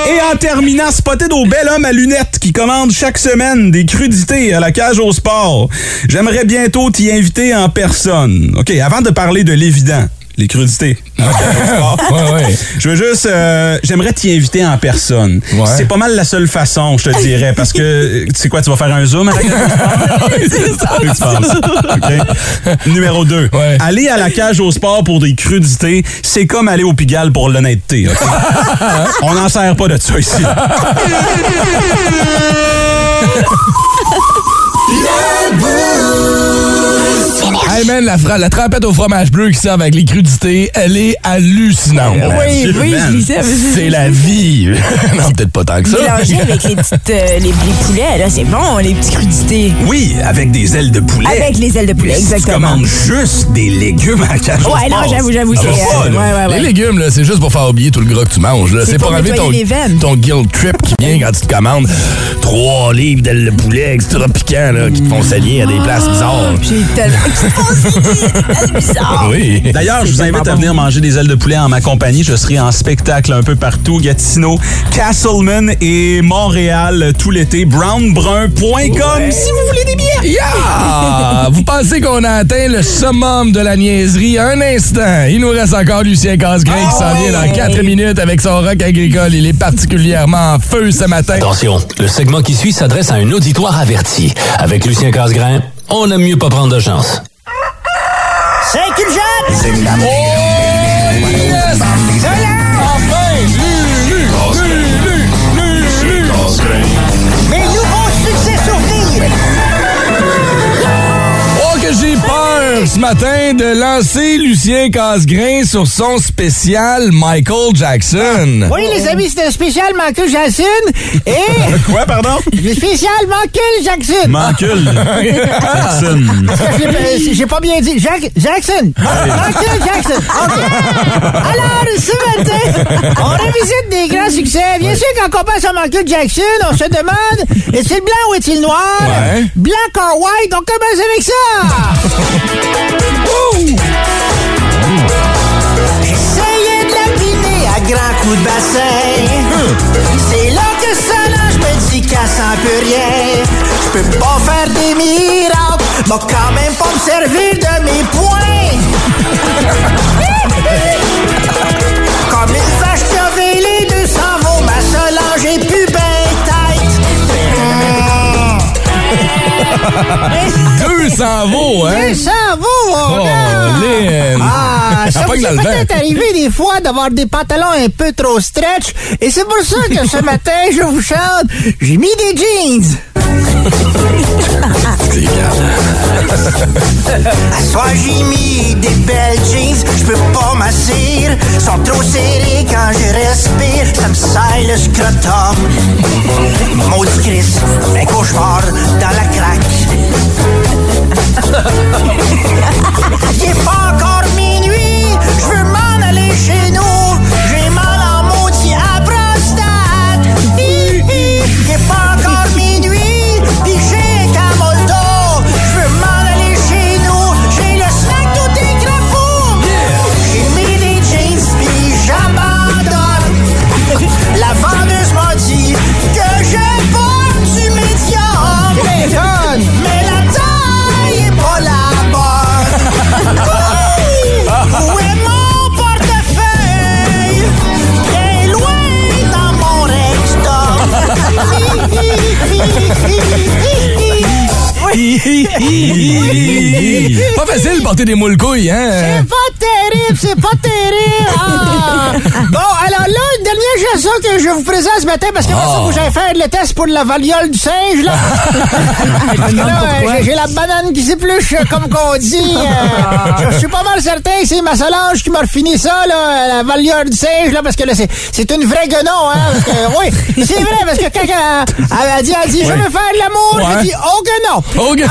Speaker 5: Et en terminant, spotted au bel homme à lunettes qui commande chaque semaine des crudités à la cage au sport. J'aimerais bientôt t'y inviter en personne. OK, avant de parler de l'évident, les crudités. à la cage au sport.
Speaker 6: Ouais, ouais.
Speaker 5: Je veux juste, euh, j'aimerais t'y inviter en personne.
Speaker 6: Ouais.
Speaker 5: C'est pas mal la seule façon, je te dirais, parce que euh, tu sais quoi, tu vas faire un zoom à la cage au sport? Oui, tu penses. OK. Numéro 2.
Speaker 6: Ouais.
Speaker 5: Aller à la cage au sport pour des crudités, c'est comme aller au Pigalle pour l'honnêteté. OK? On n'en sert pas de ça ici.
Speaker 6: Hey man, la, fra- la trempette au fromage bleu qui sert avec les crudités, elle est hallucinante.
Speaker 7: Oui, oui, je lisais.
Speaker 6: C'est la vie. non, peut-être pas tant que ça.
Speaker 7: Mélanger avec les, petites, euh, les, les poulets, là, c'est bon, les petites crudités.
Speaker 5: Oui, avec des ailes de poulet.
Speaker 7: Avec les ailes de poulet,
Speaker 5: Si Tu
Speaker 7: exactement.
Speaker 5: commandes juste des légumes à la cage au
Speaker 7: Ah, Ouais, non,
Speaker 5: sport.
Speaker 7: j'avoue, j'avoue,
Speaker 5: Ça
Speaker 7: c'est,
Speaker 5: va pas,
Speaker 7: euh,
Speaker 5: là.
Speaker 7: ouais, ouais.
Speaker 6: Les légumes, là, c'est juste pour faire oublier tout le gras que tu manges. là.
Speaker 7: C'est
Speaker 6: C'est
Speaker 7: pour
Speaker 6: pour enlever ton,
Speaker 7: nettoyer les veines.
Speaker 6: ton guilt trip qui vient quand tu te commandes trois livres d'ailes de poulet extra piquants là, qui te font saigner à des places bizarres.
Speaker 7: Oh, J'ai tellement. C'est Ah,
Speaker 5: Ah
Speaker 7: bizarre.
Speaker 6: Oui.
Speaker 5: D'ailleurs, je vous invite à venir manger des ailes de poulet en ma compagnie. Je serai en spectacle un peu partout, Gatineau, Castleman et Montréal tout l'été. Brownbrun.com si vous voulez des billets.
Speaker 6: Yeah! Vous pensez qu'on a atteint le summum de la niaiserie? Un instant! Il nous reste encore Lucien Casgrain
Speaker 7: Ah
Speaker 6: qui s'en vient dans 4 minutes avec son rock agricole. Il est particulièrement en feu ce matin.
Speaker 1: Attention, le segment qui suit s'adresse à un auditoire averti. Avec Lucien Casgrain, on n'aime mieux pas prendre de chance.
Speaker 10: C'est une jeune! C'est une dame!
Speaker 3: yes! Enfin, Lulu! Lulu! Lulu!
Speaker 10: Mes nouveaux succès souvenirs!
Speaker 6: Oh, que j'ai peur ce matin de lancer Lucien Casgrain sur son spécial Michael Jackson.
Speaker 10: Ah, Oui, les amis, c'était le spécial Michael Jackson et
Speaker 5: Quoi, pardon?
Speaker 10: le spécial Michael Jackson.
Speaker 5: Mancule. Jackson.
Speaker 10: J'ai- euh, J'ai pas bien dit. Jack- Jackson. Michael Jackson. OK. Alors, ce matin, on revisite des grands succès. Bien sûr, quand on passe à Michael Jackson, on se demande est-il blanc ou est-il noir
Speaker 6: Ouais.
Speaker 10: Black or white On commence avec ça. Essayez de la piner à grands coups de bassin. C'est là que ça lâche, je me dis qu'elle sent plus rien. Je peux pas faire des miracles, mais quand même pas me servir de mes poings. Comme une vache qui a vélé deux s'en vont, ma Solange est plus belle tête. Mmh.
Speaker 6: 200 veaux, hein?
Speaker 10: Deux s'en vont, mon
Speaker 6: Oh,
Speaker 10: gars.
Speaker 6: Lynn!
Speaker 10: Ah,
Speaker 6: Ça
Speaker 10: ça vous
Speaker 6: pogne
Speaker 10: est
Speaker 6: dans le
Speaker 10: peut-être
Speaker 6: ventre.
Speaker 10: arrivé des fois d'avoir des pantalons un peu trop stretch. Et c'est pour ça que ce matin, je vous chante, j'ai mis des jeans. À soir, j'ai mis des belles jeans, je peux pas m'asseoir. Sont trop serrés quand je respire, ça me saille le scrotum. Maudit Christ, un cauchemar dans la craque. Il est pas encore minuit, je veux m'en aller chez nous. J'ai mal en maudit à prostate. Hi, hi. Il est pas encore minuit, pis j'ai qu'un molto. Je veux m'en aller chez nous, j'ai le sac tout écrapou. J'ai mis des jeans, pis j'abandonne. La vendeuse m'a dit que je porte du médium. Mais la taille est pas la bonne. Où est mon portefeuille? Bien loin dans mon rectum.
Speaker 6: Pas facile de porter des moules couilles, hein?
Speaker 10: C'est pas terrible, c'est pas terrible. Ah. Bon, alors là, une dernière chanson que je vous présente ce matin parce que
Speaker 6: Ah.
Speaker 10: moi, faut que j'aille faire le test pour la variole du singe, là. Parce que là, euh, j'ai- j'ai la banane qui s'épluche, euh, comme qu'on dit.
Speaker 6: Ah.
Speaker 10: Euh, je suis pas mal certain que c'est ma Solange qui m'a refini ça, là, la variole du singe, là, parce que là, c'est- c'est une vraie guenon, hein. parce que, oui, c'est vrai, parce que quand elle, elle a dit, elle dit, je veux faire de l'amour,
Speaker 6: Ouais.
Speaker 10: j'ai dit, oh guenon.
Speaker 6: Oh, gars.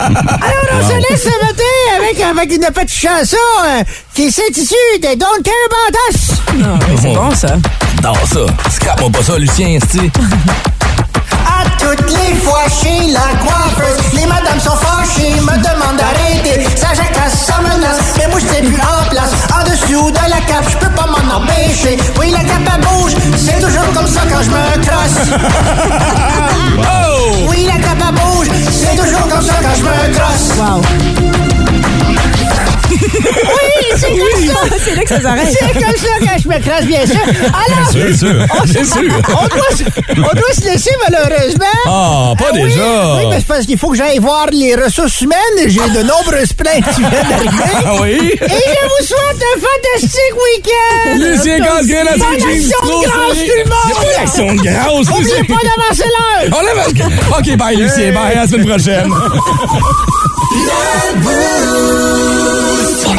Speaker 10: Alors, on se laisse ce matin avec, avec une petite chanson euh, qui s'intitule de Don't Care About Us.
Speaker 7: Ah, C'est bon, ça.
Speaker 6: Dans ça. Scrape pas ça, Lucien, esti.
Speaker 10: À toutes les fois chez la coiffeuse, les madames sont fâchées, me demandent d'arrêter. Ça jacasse, ça menace, mais moi je sais plus en place. En dessous de la cape, je peux pas m'en empêcher. Oui, la cape elle bouge, c'est toujours comme ça quand je me crosse. Oui, la cape elle bouge, c'est toujours comme ça quand je me crosse.
Speaker 7: C'est là que ça s'arrête.
Speaker 10: C'est comme ça quand je me crosse, bien sûr. Alors,
Speaker 6: Bien sûr. Bien sûr.
Speaker 10: on doit, se- on doit se laisser malheureusement.
Speaker 6: Ah, pas
Speaker 10: oui,
Speaker 6: déjà.
Speaker 10: Oui, mais c'est parce qu'il faut que j'aille voir les ressources humaines. J'ai de nombreuses plaintes qui viennent d'arriver.
Speaker 6: Ah oui?
Speaker 10: Et je vous souhaite un fantastique week-end!
Speaker 6: Lucien Casgrain, la suite,
Speaker 10: Bonne
Speaker 6: James
Speaker 10: action
Speaker 6: Pro,
Speaker 10: de grâce,
Speaker 6: c'est-
Speaker 10: tout le monde!
Speaker 6: Bonne action de grâce,
Speaker 10: N'oubliez
Speaker 6: Lucien.
Speaker 10: pas d'avancer l'heure!
Speaker 6: On avance. OK, bye, Lucien. Bye, à la semaine prochaine.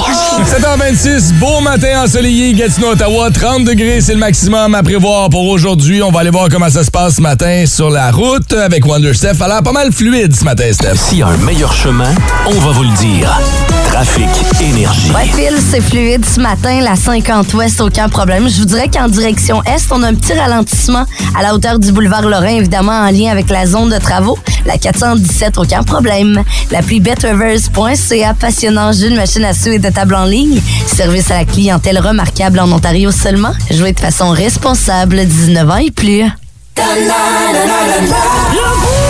Speaker 6: 7h26, beau matin ensoleillé, Gatineau, Ottawa, 30 degrés, c'est le maximum à prévoir pour aujourd'hui. On va aller voir comment ça se passe ce matin sur la route avec Wonder Steph. Elle a l'air pas mal fluide ce matin, Steph.
Speaker 1: S'il y a un meilleur chemin, on va vous le dire. Trafic Énergie.
Speaker 2: Ouais, Phil, c'est fluide ce matin, la 50 Ouest, aucun problème. Je vous dirais qu'en direction Est, on a un petit ralentissement à la hauteur du boulevard Lorrain, évidemment en lien avec la zone de travaux. La 417, aucun problème. L'appli betterverse.ca, passionnant jeu de machine à sous et de table en ligne. Service à la clientèle remarquable en Ontario seulement. Jouez de façon responsable, 19 ans et plus.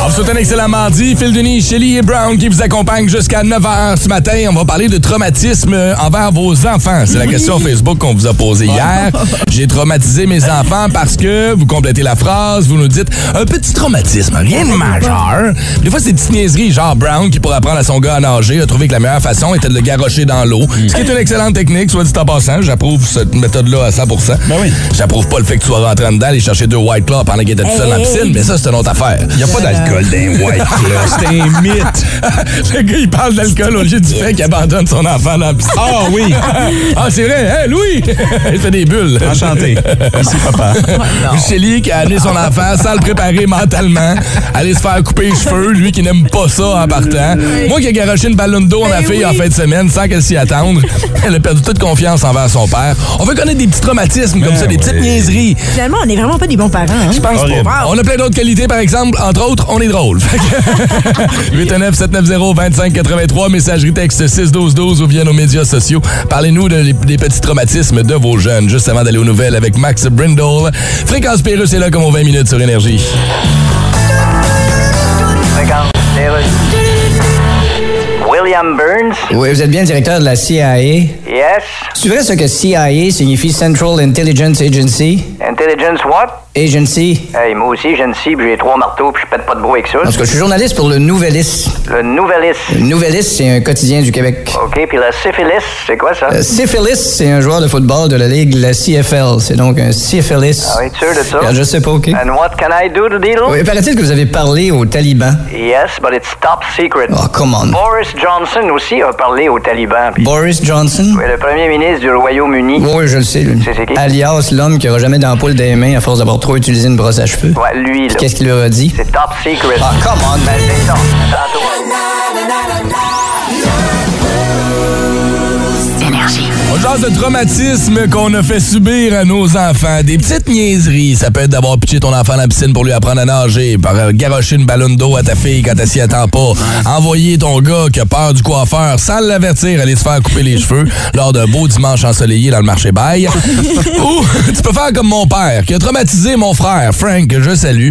Speaker 6: On vous souhaite un excellent mardi. Phil Denis, Shelly et Brown qui vous accompagnent jusqu'à 9h ce matin. On va parler de traumatisme euh, envers vos enfants. C'est la question Facebook qu'on vous a posée hier. J'ai traumatisé mes enfants parce que vous complétez la phrase, vous nous dites un petit traumatisme, rien de majeur. Des fois, c'est des petites niaiseries, genre Brown qui pour apprendre à son gars à nager a trouvé que la meilleure façon était de le garrocher dans l'eau. Ce qui est une excellente technique, soit dit en passant. J'approuve cette méthode-là à 100 oui. J'approuve pas le fait que tu sois rentré en dedans, aller chercher deux White Claw pendant qu'il était tout seul dans la piscine, mais ça, c'est une autre affaire. Il n'y a pas d'alcool dans les White Claw.
Speaker 5: C'est un mythe.
Speaker 6: Le gars, il parle d'alcool au lieu du fait qu'il abandonne son enfant dans la piscine.
Speaker 5: Ah oui,
Speaker 6: Ah, c'est vrai, hein, Louis? Il fait des bulles.
Speaker 5: enchanté. Ici, papa.
Speaker 6: Chélie qui a amené son enfant sans le préparer mentalement, aller se faire couper les cheveux, lui qui n'aime pas ça en partant. Moi qui ai garoché une ballon d'eau à ma fille en fin de semaine sans qu'elle s'y attende, elle a perdu toute confiance envers son père. On veut connaître des petits traumatismes
Speaker 5: Ben
Speaker 6: comme ça, des petites
Speaker 5: ouais.
Speaker 6: niaiseries.
Speaker 7: Finalement, on n'est vraiment pas des bons parents. hein?
Speaker 6: Je pense
Speaker 5: Horrible.
Speaker 6: pas. On a plein d'autres qualités, par exemple. Entre autres, on est drôle. 819-790-2583, messagerie texte 61212 ou via nos médias sociaux. Parlez-nous de- des petits traumatismes de vos jeunes, juste avant d'aller aux nouvelles avec Max Brindle. Fréquence Pérus est là comme aux 20 minutes sur Énergie.
Speaker 11: William Burns?
Speaker 10: Oui, vous êtes bien directeur de la CIA.
Speaker 11: Yes.
Speaker 10: C'est vrai ce que CIA signifie Central Intelligence Agency?
Speaker 11: Intelligence what?
Speaker 10: Agency.
Speaker 11: Hey, moi aussi, j'ai une cible, j'ai trois marteaux, puis je pète pas de bruit avec ça.
Speaker 10: En tout cas, je suis journaliste pour le Nouvelliste.
Speaker 11: Le nouveliste.
Speaker 10: Le Nouvelliste, c'est un quotidien du Québec.
Speaker 11: OK, puis la syphilis, c'est quoi ça?
Speaker 10: Euh, Syphilis, c'est un joueur de football de la ligue, la CFL. C'est donc un syphilis.
Speaker 11: Ah oui, tu es sûr de ça?
Speaker 10: Regarde, Je sais pas, OK?
Speaker 11: And what can I do to deal?
Speaker 10: Oui, paraît-il que vous avez parlé aux talibans.
Speaker 11: Yes, but it's top secret.
Speaker 10: Oh, come on.
Speaker 11: Boris Johnson aussi a parlé aux talibans. puis-
Speaker 10: Boris Johnson?
Speaker 11: Oui, le premier ministre du Royaume-Uni.
Speaker 10: Oui, je le sais. lui.
Speaker 11: C'est- c'est qui?
Speaker 10: Alias l'homme qui aura jamais d'ampoule des mains à force d'avoir trop utilisé une brosse à cheveux.
Speaker 11: Ouais, lui, là.
Speaker 10: Qu'est-ce qu'il leur a dit?
Speaker 11: C'est top secret.
Speaker 10: Ah, come on,
Speaker 11: Ben,
Speaker 10: man.
Speaker 11: c'est ça. Tantôt.
Speaker 6: Un genre de traumatisme qu'on a fait subir à nos enfants. Des petites niaiseries. Ça peut être d'avoir pitché ton enfant dans la piscine pour lui apprendre à nager, par euh, garocher une ballonne d'eau à ta fille quand elle s'y attend pas, envoyer ton gars qui a peur du coiffeur sans l'avertir aller se faire couper les cheveux lors d'un beau dimanche ensoleillé dans le marché bail. Ou tu peux faire comme mon père qui a traumatisé mon frère, Frank, que je salue.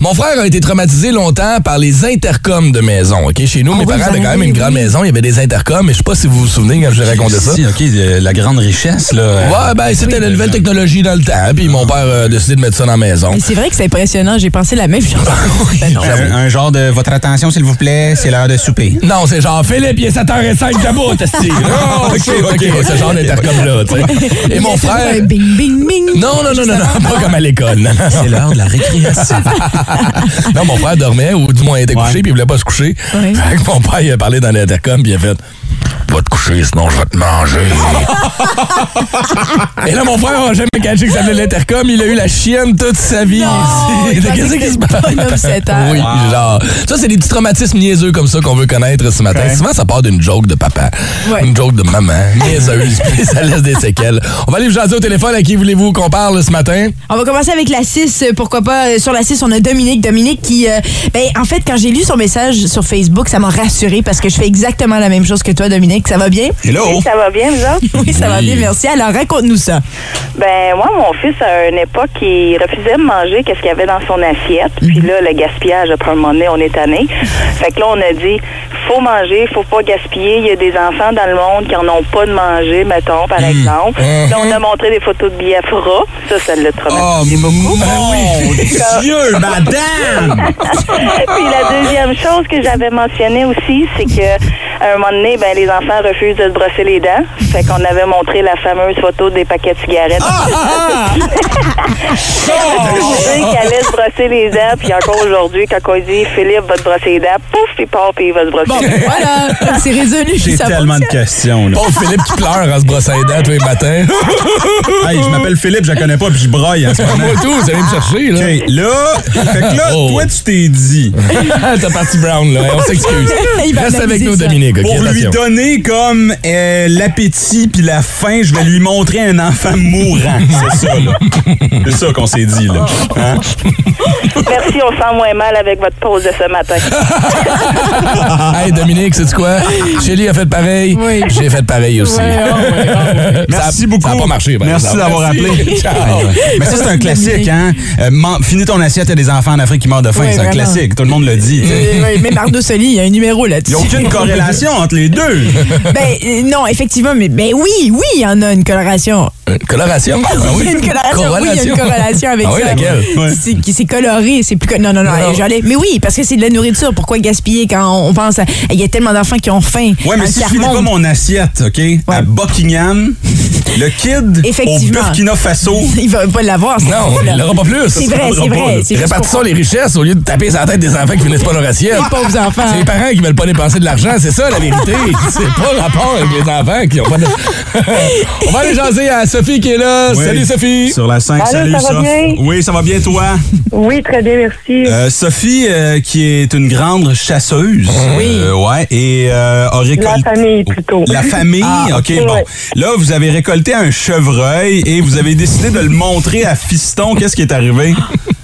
Speaker 6: Mon frère a été traumatisé longtemps par les intercoms de maison. OK? Chez
Speaker 5: Ah
Speaker 6: nous, mes parents avaient quand même une grande maison. Il y avait des intercoms, mais je sais pas si vous vous souvenez quand je racontais ça.
Speaker 5: Si, OK, euh, la grande richesse, là.
Speaker 6: Ouais, ben c'était la nouvelle technologie dans le temps. Puis mon père euh, a décidé de mettre ça dans la maison.
Speaker 7: Mais c'est vrai que c'est impressionnant. J'ai pensé la même chose. Ben non.
Speaker 5: Un, un genre de votre attention, s'il vous plaît, c'est Ah, l'heure de souper.
Speaker 6: Non, c'est genre Philippe, il est 7h05 debout, t'as Ah, OK, OK, ce genre d'intercom-là, tu sais. Et mon frère.
Speaker 7: Un bing, bing, bing.
Speaker 6: Non, non, non, non, non, pas comme à l'école. non, non, non.
Speaker 5: C'est l'heure de la récréation.
Speaker 6: Non, mon frère dormait, ou du moins il était couché, puis il voulait pas se coucher.
Speaker 7: Ouais.
Speaker 6: Fait que mon père, il a parlé dans l'intercom, puis il a fait Va te coucher, sinon je vais te manger. Et là, mon frère a jamais catché que ça venait de l'intercom. Il a eu la chienne toute sa vie.
Speaker 7: il pensait
Speaker 6: Qu'est-ce
Speaker 7: que
Speaker 6: qui se
Speaker 7: c'était
Speaker 6: passe?
Speaker 7: un homme sept heures.
Speaker 6: Oui, genre. Ça, c'est des petits traumatismes niaiseux comme ça qu'on veut connaître ce matin. Souvent, ça part d'une joke de papa,
Speaker 7: Ouais.
Speaker 6: une joke de maman, niaiseuse, puis ça laisse des séquelles. On va aller vous jaser au téléphone. À qui voulez-vous qu'on parle ce matin?
Speaker 7: On va commencer avec la 6, euh, pourquoi pas. Euh, Sur la 6, on a Dominique. Dominique qui, euh, ben, en fait, quand j'ai lu son message sur Facebook, ça m'a rassurée parce que je fais exactement la même chose que toi, Dominique. Ça va bien?
Speaker 5: Hello!
Speaker 11: Ça va bien, vous autres?
Speaker 7: Oui, ça va
Speaker 6: Oui.
Speaker 7: bien, merci. Alors, raconte-nous ça.
Speaker 11: Ben, moi, mon fils, à une époque, il refusait de manger qu'est-ce qu'il y avait dans son assiette. Puis
Speaker 5: Mhm.
Speaker 11: là, le gaspillage, après un moment donné, on est tanné. Fait que là, on a dit, faut manger, faut pas gaspiller. Il y a des enfants dans le monde qui en ont pas de manger, mettons,
Speaker 5: Mhm.
Speaker 11: par exemple.
Speaker 5: Ah.
Speaker 11: Là, on a montré des photos de Biafra. Ça, ça l'a traumatisé.
Speaker 5: Oh, mon Dieu, madame!
Speaker 11: Puis la deuxième chose que j'avais mentionnée aussi, c'est que à un moment donné, ben, les enfants refusent de se brosser les dents. Fait qu'on avait montré la fameuse photo des paquets de cigarettes.
Speaker 7: Ah!
Speaker 10: Ah,
Speaker 11: Fait qu'il allait se brosser les dents, puis encore aujourd'hui, quand on dit Philippe va te brosser les dents, pouf, il part, puis il va se brosser.
Speaker 7: Bon,
Speaker 11: les dents.
Speaker 7: ben, voilà, c'est résolu.
Speaker 5: J'ai
Speaker 7: ça
Speaker 5: tellement de
Speaker 7: fonctionne.
Speaker 5: questions, là.
Speaker 6: Pauvre Philippe qui pleure en se brossant les dents tous les matins.
Speaker 5: Hey, je m'appelle Philippe, je la connais pas, puis je broille en ce moment.
Speaker 6: Moi
Speaker 5: OK,
Speaker 6: tout, vous allez me chercher, là.
Speaker 5: là, fait que là,
Speaker 6: Oh.
Speaker 5: toi, tu t'es dit,
Speaker 6: T'as parti brown, là. On s'excuse.
Speaker 7: Il va
Speaker 6: Reste avec
Speaker 7: analyser
Speaker 6: nous,
Speaker 7: ça.
Speaker 6: Dominique. ok?
Speaker 5: pour lui
Speaker 6: Attention.
Speaker 5: donner comme euh, l'appétit puis la faim, je vais lui montrer un enfant mourant. C'est ça, là. C'est ça qu'on s'est dit, là. Hein?
Speaker 11: Merci, on sent moins mal avec votre pause de ce matin.
Speaker 6: Hey, Dominique, c'est quoi? Shelly a fait pareil.
Speaker 7: Oui.
Speaker 6: J'ai fait pareil aussi.
Speaker 7: Ouais, ouais, ouais.
Speaker 6: Ça a-
Speaker 5: Merci beaucoup.
Speaker 6: Ça n'a pas marché. par
Speaker 5: Merci
Speaker 6: exemple.
Speaker 5: d'avoir
Speaker 6: Merci.
Speaker 5: rappeler. Ouais, ouais. Mais ça, c'est un classique, hein? Euh, man- finis ton assiette, il y a des enfants en Afrique qui meurent de faim.
Speaker 7: Ouais,
Speaker 5: c'est un
Speaker 7: vraiment.
Speaker 5: classique. Tout le monde le dit. tu sais.
Speaker 7: Oui, Euh, Même Arnaud Soli, il y a un numéro
Speaker 5: Il
Speaker 7: là-dessus.
Speaker 5: n'y a aucune corrélation entre les deux.
Speaker 7: Ben euh, non, effectivement, mais ben oui, oui, il y en a une coloration.
Speaker 6: Une coloration?
Speaker 7: Ah oui, il y a une corrélation. Oui, il y a une corrélation avec
Speaker 6: Ah oui,
Speaker 7: ça.
Speaker 6: laquelle? Ouais.
Speaker 7: C'est- qui- C'est coloré, c'est plus. co- Non, non, non,
Speaker 6: Non, non.
Speaker 7: j'allais. Mais oui, parce que c'est de la nourriture. Pourquoi gaspiller quand on on pense à. Il y a tellement d'enfants qui ont faim.
Speaker 5: Ouais, mais
Speaker 7: dans
Speaker 5: si
Speaker 7: le
Speaker 5: je finis
Speaker 7: tiers-monde.
Speaker 5: pas mon assiette, OK, à Buckingham, le kid au
Speaker 7: Effectivement.
Speaker 5: Burkina Faso.
Speaker 7: Il va pas l'avoir. c'est
Speaker 6: Non,
Speaker 7: ça, là.
Speaker 6: il l'aura pas plus.
Speaker 7: C'est vrai, c'est vrai. c'est juste
Speaker 6: Répartissons les richesses au lieu de taper sur la tête des enfants qui finissent pas leur assiette.
Speaker 7: Les pauvres enfants.
Speaker 6: C'est les parents qui veulent pas dépenser de l'argent, c'est ça la vérité. c'est pas le rapport avec les enfants qui ont pas de... On va aller jaser à Sophie qui est là.
Speaker 5: Oui.
Speaker 6: Euh, Salut Sophie.
Speaker 5: Sur la 5,
Speaker 6: Allô,
Speaker 5: salut,
Speaker 6: ça va
Speaker 5: Soph.
Speaker 6: bien?
Speaker 5: Oui, ça va bien, toi?
Speaker 12: Oui, très bien, merci.
Speaker 5: Euh, Sophie, euh, qui est une grande chasseuse. Oui. ouais, et euh, a récolté.
Speaker 12: La famille, plutôt.
Speaker 5: La famille,
Speaker 12: Ah,
Speaker 5: ok,
Speaker 12: ouais.
Speaker 5: bon. Là, vous avez récolté un chevreuil et vous avez décidé de le montrer à Fiston. Qu'est-ce qui est arrivé?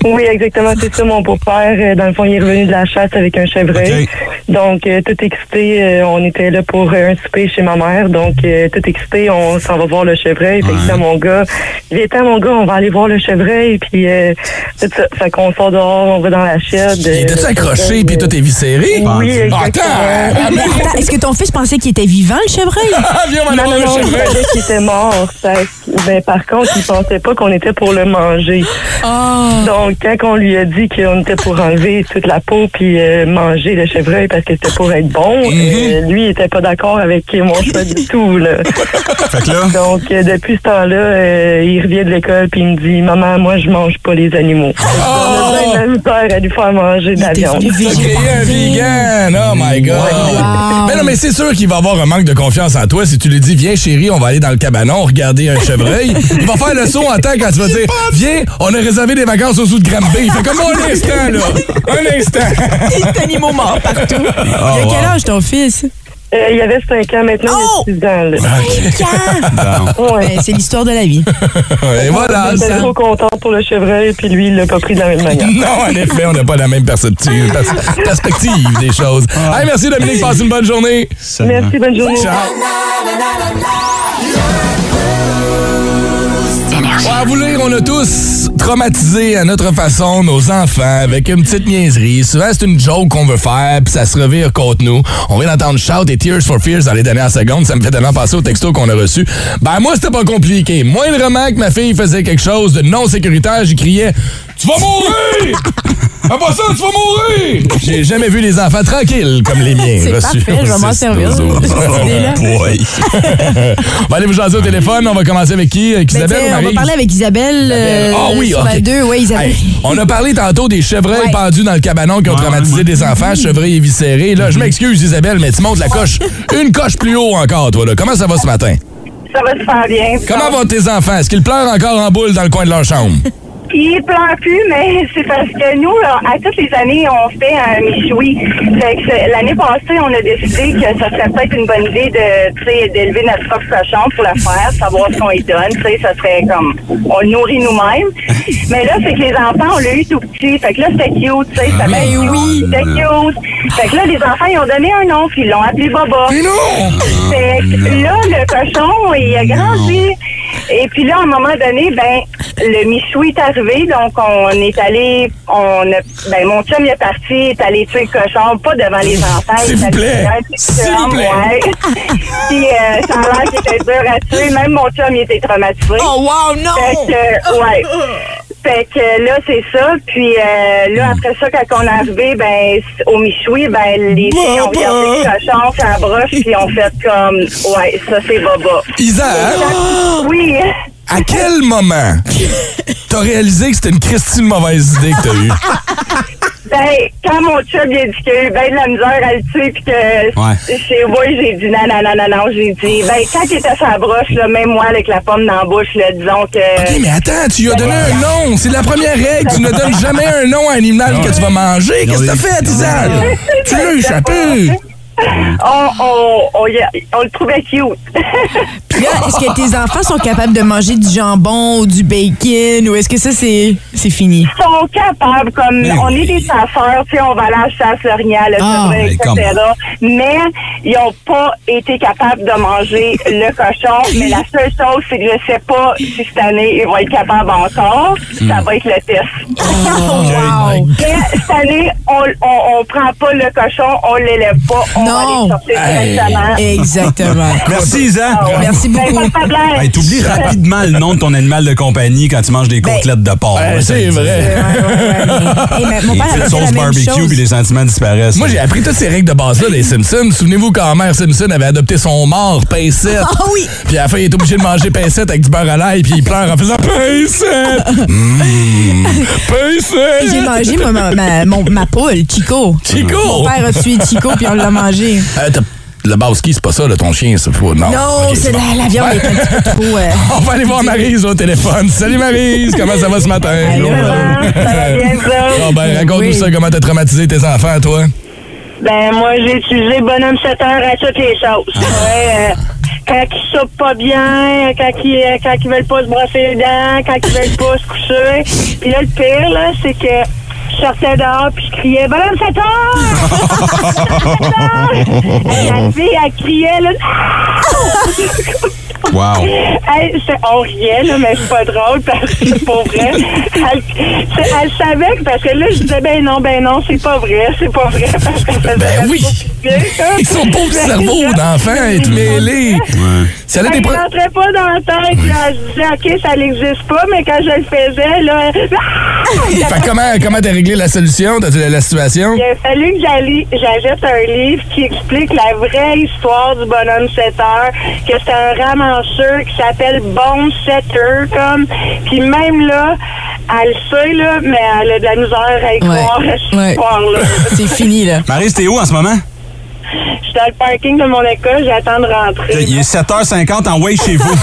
Speaker 12: Oui, exactement, c'est ça, mon beau-père. euh, Dans le fond, il est revenu de la chasse avec un chevreuil. Donc, euh, tout excité, euh, on était là pour euh, un souper chez ma mère. Donc, euh, tout excité, on s'en va voir le chevreuil. Fait que là, mon gars, il était mon gars, on va aller voir le chevreuil. Puis, euh, tout ça. Fait qu'on sort dehors, on va dans la euh, chaîne.
Speaker 6: Il
Speaker 7: Euh,
Speaker 6: était accroché puis tout est viscéré.
Speaker 12: Oui, exactement.
Speaker 6: Attends.
Speaker 7: Ah, Attends, est-ce que ton fils pensait qu'il était vivant, le chevreuil?
Speaker 6: Ah,
Speaker 12: Non, non, non, il savait qu'il était mort. Fait que, ben, par contre, il pensait pas qu'on était pour le manger. Donc, quand on lui a dit qu'on était pour enlever toute la peau puis euh, manger le chevreuil parce que c'était pour être bon, euh, lui, il était pas d'accord avec mon choix du tout. Là. Donc, euh, depuis ce temps-là, euh, il revient de l'école puis il me dit « Maman, moi, je mange pas les animaux. On a bien de la misère à lui faire manger de la viande.
Speaker 6: Créer un vegan. Oh my God. Mais non, mais c'est sûr qu'il va avoir un manque de confiance en toi si tu lui dis Viens, chérie, on va aller dans le cabanon regarder un chevreuil. Il va faire le saut en temps quand tu vas dire Viens, on a réservé des vacances au sous de Granby. Il fait comme un instant, Ah, là. Un instant.
Speaker 7: Des animaux morts partout.
Speaker 6: Oh,
Speaker 7: il a
Speaker 6: wow.
Speaker 7: quel âge ton fils? Oh!
Speaker 12: Euh, il avait 5 ans, maintenant il a 6 ans. là.
Speaker 7: Ben, C'est l'histoire de la vie.
Speaker 6: Et voilà.
Speaker 12: J'étais
Speaker 6: ça.
Speaker 12: trop content pour le chevreuil, puis lui, il l'a pas pris de la même manière.
Speaker 6: Non, en effet, on n'a pas la même perceptive- pers- perspective des choses. Hey, merci Dominique, passe une bonne journée.
Speaker 12: Merci, bonne journée.
Speaker 6: Ciao. Ouais, à vous lire, on a tous traumatisé à notre façon nos enfants avec une petite niaiserie. Souvent, c'est une joke qu'on veut faire, puis ça se revire contre nous. On vient d'entendre Shout et Tears for Fears dans les dernières secondes. Ça me fait tellement passer au texto qu'on a reçu. Ben, moi, c'était pas compliqué. Moindrement que ma fille faisait quelque chose de non sécuritaire, j'y criais « Tu vas mourir! Fais pas ça, tu vas mourir! » J'ai jamais vu les enfants tranquilles comme les miens.
Speaker 7: C'est
Speaker 6: reçus
Speaker 7: parfait, je vais m'en
Speaker 6: au
Speaker 7: servir, cette idée-là.
Speaker 6: Boy. on va aller vous jaser au téléphone. On va commencer avec qui? Avec
Speaker 7: Ben,
Speaker 6: Isabelle
Speaker 7: tiens,
Speaker 6: ou
Speaker 7: on va
Speaker 6: Maryse?
Speaker 7: parler avec Isabelle. euh,
Speaker 6: Ah oui,
Speaker 7: sur
Speaker 6: ok.
Speaker 7: la deux, ouais, Isabelle.
Speaker 6: Hey, on a parlé tantôt des chevreuils pendus dans le cabanon qui ont traumatisé des enfants, chevreuils éviscérés. Là, je m'excuse, Isabelle, mais tu montes la coche une coche plus haut encore, toi. Là. Comment ça va ce matin?
Speaker 13: Ça va super bien.
Speaker 6: Comment vont tes enfants? Est-ce qu'ils pleurent encore en boule dans le coin de leur chambre?
Speaker 13: Ils pleurent plus, mais c'est parce que nous, là, à toutes les années, on fait un michoui. Fait que c'est- L'année passée, on a décidé que ça serait peut-être une bonne idée de, tu sais, d'élever notre propre chambre pour la faire, savoir ce qu'on y donne. Tu sais, ça serait comme, on le nourrit nous-mêmes. Mais là, c'est que les enfants, on l'a eu tout petit. Fait que là, c'était cute, tu sais, ça
Speaker 6: Mais
Speaker 13: cute,
Speaker 6: oui.
Speaker 13: c'était cute. Fait que là, les enfants, ils ont donné un nom, puis ils l'ont appelé Baba.
Speaker 6: Mais non!
Speaker 13: Fait que là, le cochon, il a grandi. Et puis là, à un moment donné, ben, le Michou est arrivé, donc on est allé, on a, ben, mon chum il est parti, est allé tuer le cochon, pas devant les enfants.
Speaker 6: S'il
Speaker 13: il est
Speaker 6: vous
Speaker 13: allé
Speaker 6: plaît.
Speaker 13: faire un petit
Speaker 6: S'il vous
Speaker 13: chum,
Speaker 6: plaît.
Speaker 13: ouais. Puis euh, ça a l'air que c'était dur à tuer, même mon chum il était traumatisé.
Speaker 7: Oh wow, non!
Speaker 13: Fait que, euh, ouais. Fait que euh, là, c'est ça. Puis euh, là, après ça, quand on est arrivé, ben, c- au Michoui, ben, les filles ont regardé le cochon, ça broche, puis on fait comme, ouais, ça, c'est Baba.
Speaker 6: Isa,
Speaker 13: hein? Oui.
Speaker 6: À quel moment t'as réalisé que c'était une Christine mauvaise idée que t'as eue?
Speaker 13: Ben, quand mon chum, il a dit qu'il a eu ben de la misère à le tuer, puis que chez moi, j'ai dit non, non, non, non, non, j'ai dit, ben, quand il était sa broche, là, même moi, avec la pomme dans la bouche, là, disons que... Ben,
Speaker 6: OK, mais attends, tu lui as donné un nom. C'est la première règle. Tu ne donnes jamais un nom à un animal que tu vas manger. Qu'est-ce que t'as fait, Isa? Tu l'as échappé.
Speaker 13: on, on- on y a- oh, on le trouvait cute.
Speaker 7: Puis là, est-ce que tes enfants sont capables de manger du jambon ou du bacon ou est-ce que ça, c'est c'est fini?
Speaker 13: Ils sont capables, comme
Speaker 7: Mais
Speaker 13: on est des chasseurs, tu sais, on va aller à la chasse, le rignal, le
Speaker 7: Ah,
Speaker 13: chevreuil,
Speaker 7: mais
Speaker 13: etc. Mais ils n'ont pas été capables de manger le cochon. Mais la seule chose, c'est que je ne sais pas si cette année, ils vont être capables encore. Ça
Speaker 14: Hmm.
Speaker 13: va être le
Speaker 7: Oh,
Speaker 13: test. Mais cette année, on on- on prend pas le cochon, on l'élève pas, on va les sortir directement. Ah,
Speaker 7: Exactement.
Speaker 5: Merci, Isa.
Speaker 7: Merci beaucoup.
Speaker 5: Hey, T'oublies rapidement le nom de ton animal de compagnie quand tu manges des côtelettes de porc.
Speaker 6: Ben, c'est vrai.
Speaker 7: Hey, mais mon
Speaker 5: Une
Speaker 7: père avait
Speaker 5: petite
Speaker 7: fait la
Speaker 5: sauce
Speaker 7: même
Speaker 5: barbecue
Speaker 7: chose.
Speaker 5: puis les sentiments disparaissent.
Speaker 6: Moi, j'ai appris toutes ces règles de base-là des Simpsons. Souvenez-vous quand Mère Simpson avait adopté son mort, Pincette.
Speaker 7: Ah oui!
Speaker 6: Puis à la fin, il est obligé de manger Pincette avec du beurre à l'ail, puis il pleure en faisant Pincette! Mmh. Pincette!
Speaker 7: J'ai mangé moi, ma, ma, mon- ma poule, Chico.
Speaker 6: Chico!
Speaker 7: Mon père a tué Chico puis on l'a mangé.
Speaker 6: Euh, t'as- le basque, c'est pas ça, là, ton chien, c'est fou. Non,
Speaker 7: Non,
Speaker 6: Ok,
Speaker 7: c'est
Speaker 6: bon.
Speaker 7: la, la viande est un petit peu trop. euh,
Speaker 6: On va aller voir Marise au téléphone. Salut Marise, comment ça va ce matin? Bon, ben, raconte-nous
Speaker 13: Oui.
Speaker 6: ça, comment t'as traumatisé tes enfants, toi?
Speaker 13: Ben, moi, j'ai utilisé Bonhomme 7 heures à toutes les sauces. Ouais, euh, quand ils soupent pas bien, quand ils, euh, quand ils veulent pas se brosser les dents, quand ils veulent pas se coucher. Puis là, le pire, là, c'est que je sortais dehors puis je criais Bonhomme 7 heures! La fille, elle criait, là.
Speaker 5: Wow.
Speaker 13: Elle, c'est- on riait, là, mais c'est pas drôle parce que pour vrai, elle, c'est- elle savait que- parce que là, je disais, ben non, ben non, c'est pas vrai, c'est pas vrai. Parce que ça
Speaker 6: Ben
Speaker 13: faisait
Speaker 6: oui.
Speaker 13: pas bien, ça.
Speaker 6: Ils sont pauvres
Speaker 13: Ben,
Speaker 6: cerveaux d'enfants, être mêlés. Ça allait
Speaker 13: Elle
Speaker 6: des
Speaker 13: ne
Speaker 6: pro-
Speaker 13: rentrait pas dans la tête. là. je disais, OK, ça n'existe pas, mais quand je le faisais, là.
Speaker 6: Fait que comment comment t'as réglé la solution, t'as la, la situation?
Speaker 13: Il a fallu que j'aille- j'achète un livre qui explique la vraie histoire du bonhomme 7 heures, que c'est un ramancheur qui s'appelle Bon 7 heures, comme. Puis même là, elle le sait, là, mais elle a de la misère à y croire à cette histoire-là.
Speaker 7: C'est fini, là.
Speaker 5: Marie, t'es où en ce moment?
Speaker 13: Je suis dans le parking de mon école, j'attends de rentrer.
Speaker 5: Il est 7h50 en way chez vous.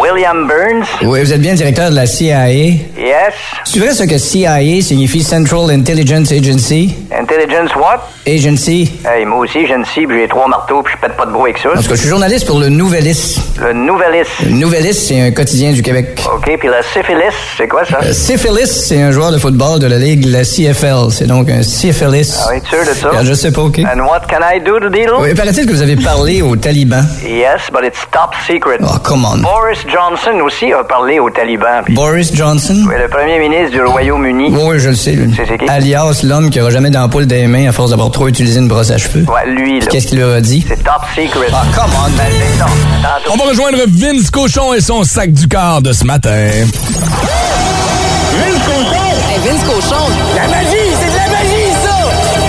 Speaker 15: William Burns.
Speaker 16: Oui, vous êtes bien directeur de la CIA.
Speaker 15: Yes.
Speaker 16: C'est vrai ce que CIA signifie Central Intelligence Agency?
Speaker 15: Intelligence what?
Speaker 16: Agency.
Speaker 15: Hey, moi aussi, j'ai une cible, j'ai trois marteaux, puis je pète pas de bois avec ça.
Speaker 16: En tout cas, je suis journaliste pour le Nouvelliste.
Speaker 15: Le Nouvelliste.
Speaker 16: Le Nouvelliste, c'est un quotidien du Québec.
Speaker 15: OK, puis la syphilis, c'est quoi ça?
Speaker 16: Euh, Syphilis, c'est un joueur de football de la ligue, la CFL. C'est donc un syphilis.
Speaker 15: Ah, es-tu sûr de ça?
Speaker 16: Regarde, je sais pas, OK?
Speaker 15: And what can I do to deal?
Speaker 16: Oui, paraît-il que vous avez parlé aux talibans.
Speaker 15: Yes, but it's top secret.
Speaker 16: Oh, come on.
Speaker 15: Boris Johnson aussi a parlé aux talibans. puis-
Speaker 16: Boris Johnson?
Speaker 15: Oui, le premier ministre du Royaume-Uni.
Speaker 16: Oui, oui, je le sais. lui. Alias, l'homme qui aura jamais d'ampoule dans les mains à force d'avoir trop utilisé une brosse à cheveux.
Speaker 15: Ouais, lui, là.
Speaker 16: Puis Qu'est-ce qu'il leur a dit?
Speaker 15: C'est top secret.
Speaker 16: Ah, come on, man.
Speaker 6: On va rejoindre Vince Cochon et son sac du corps de ce matin.
Speaker 14: Vince Cochon! Vince Cochon! La magie! C'est de la magie, ça!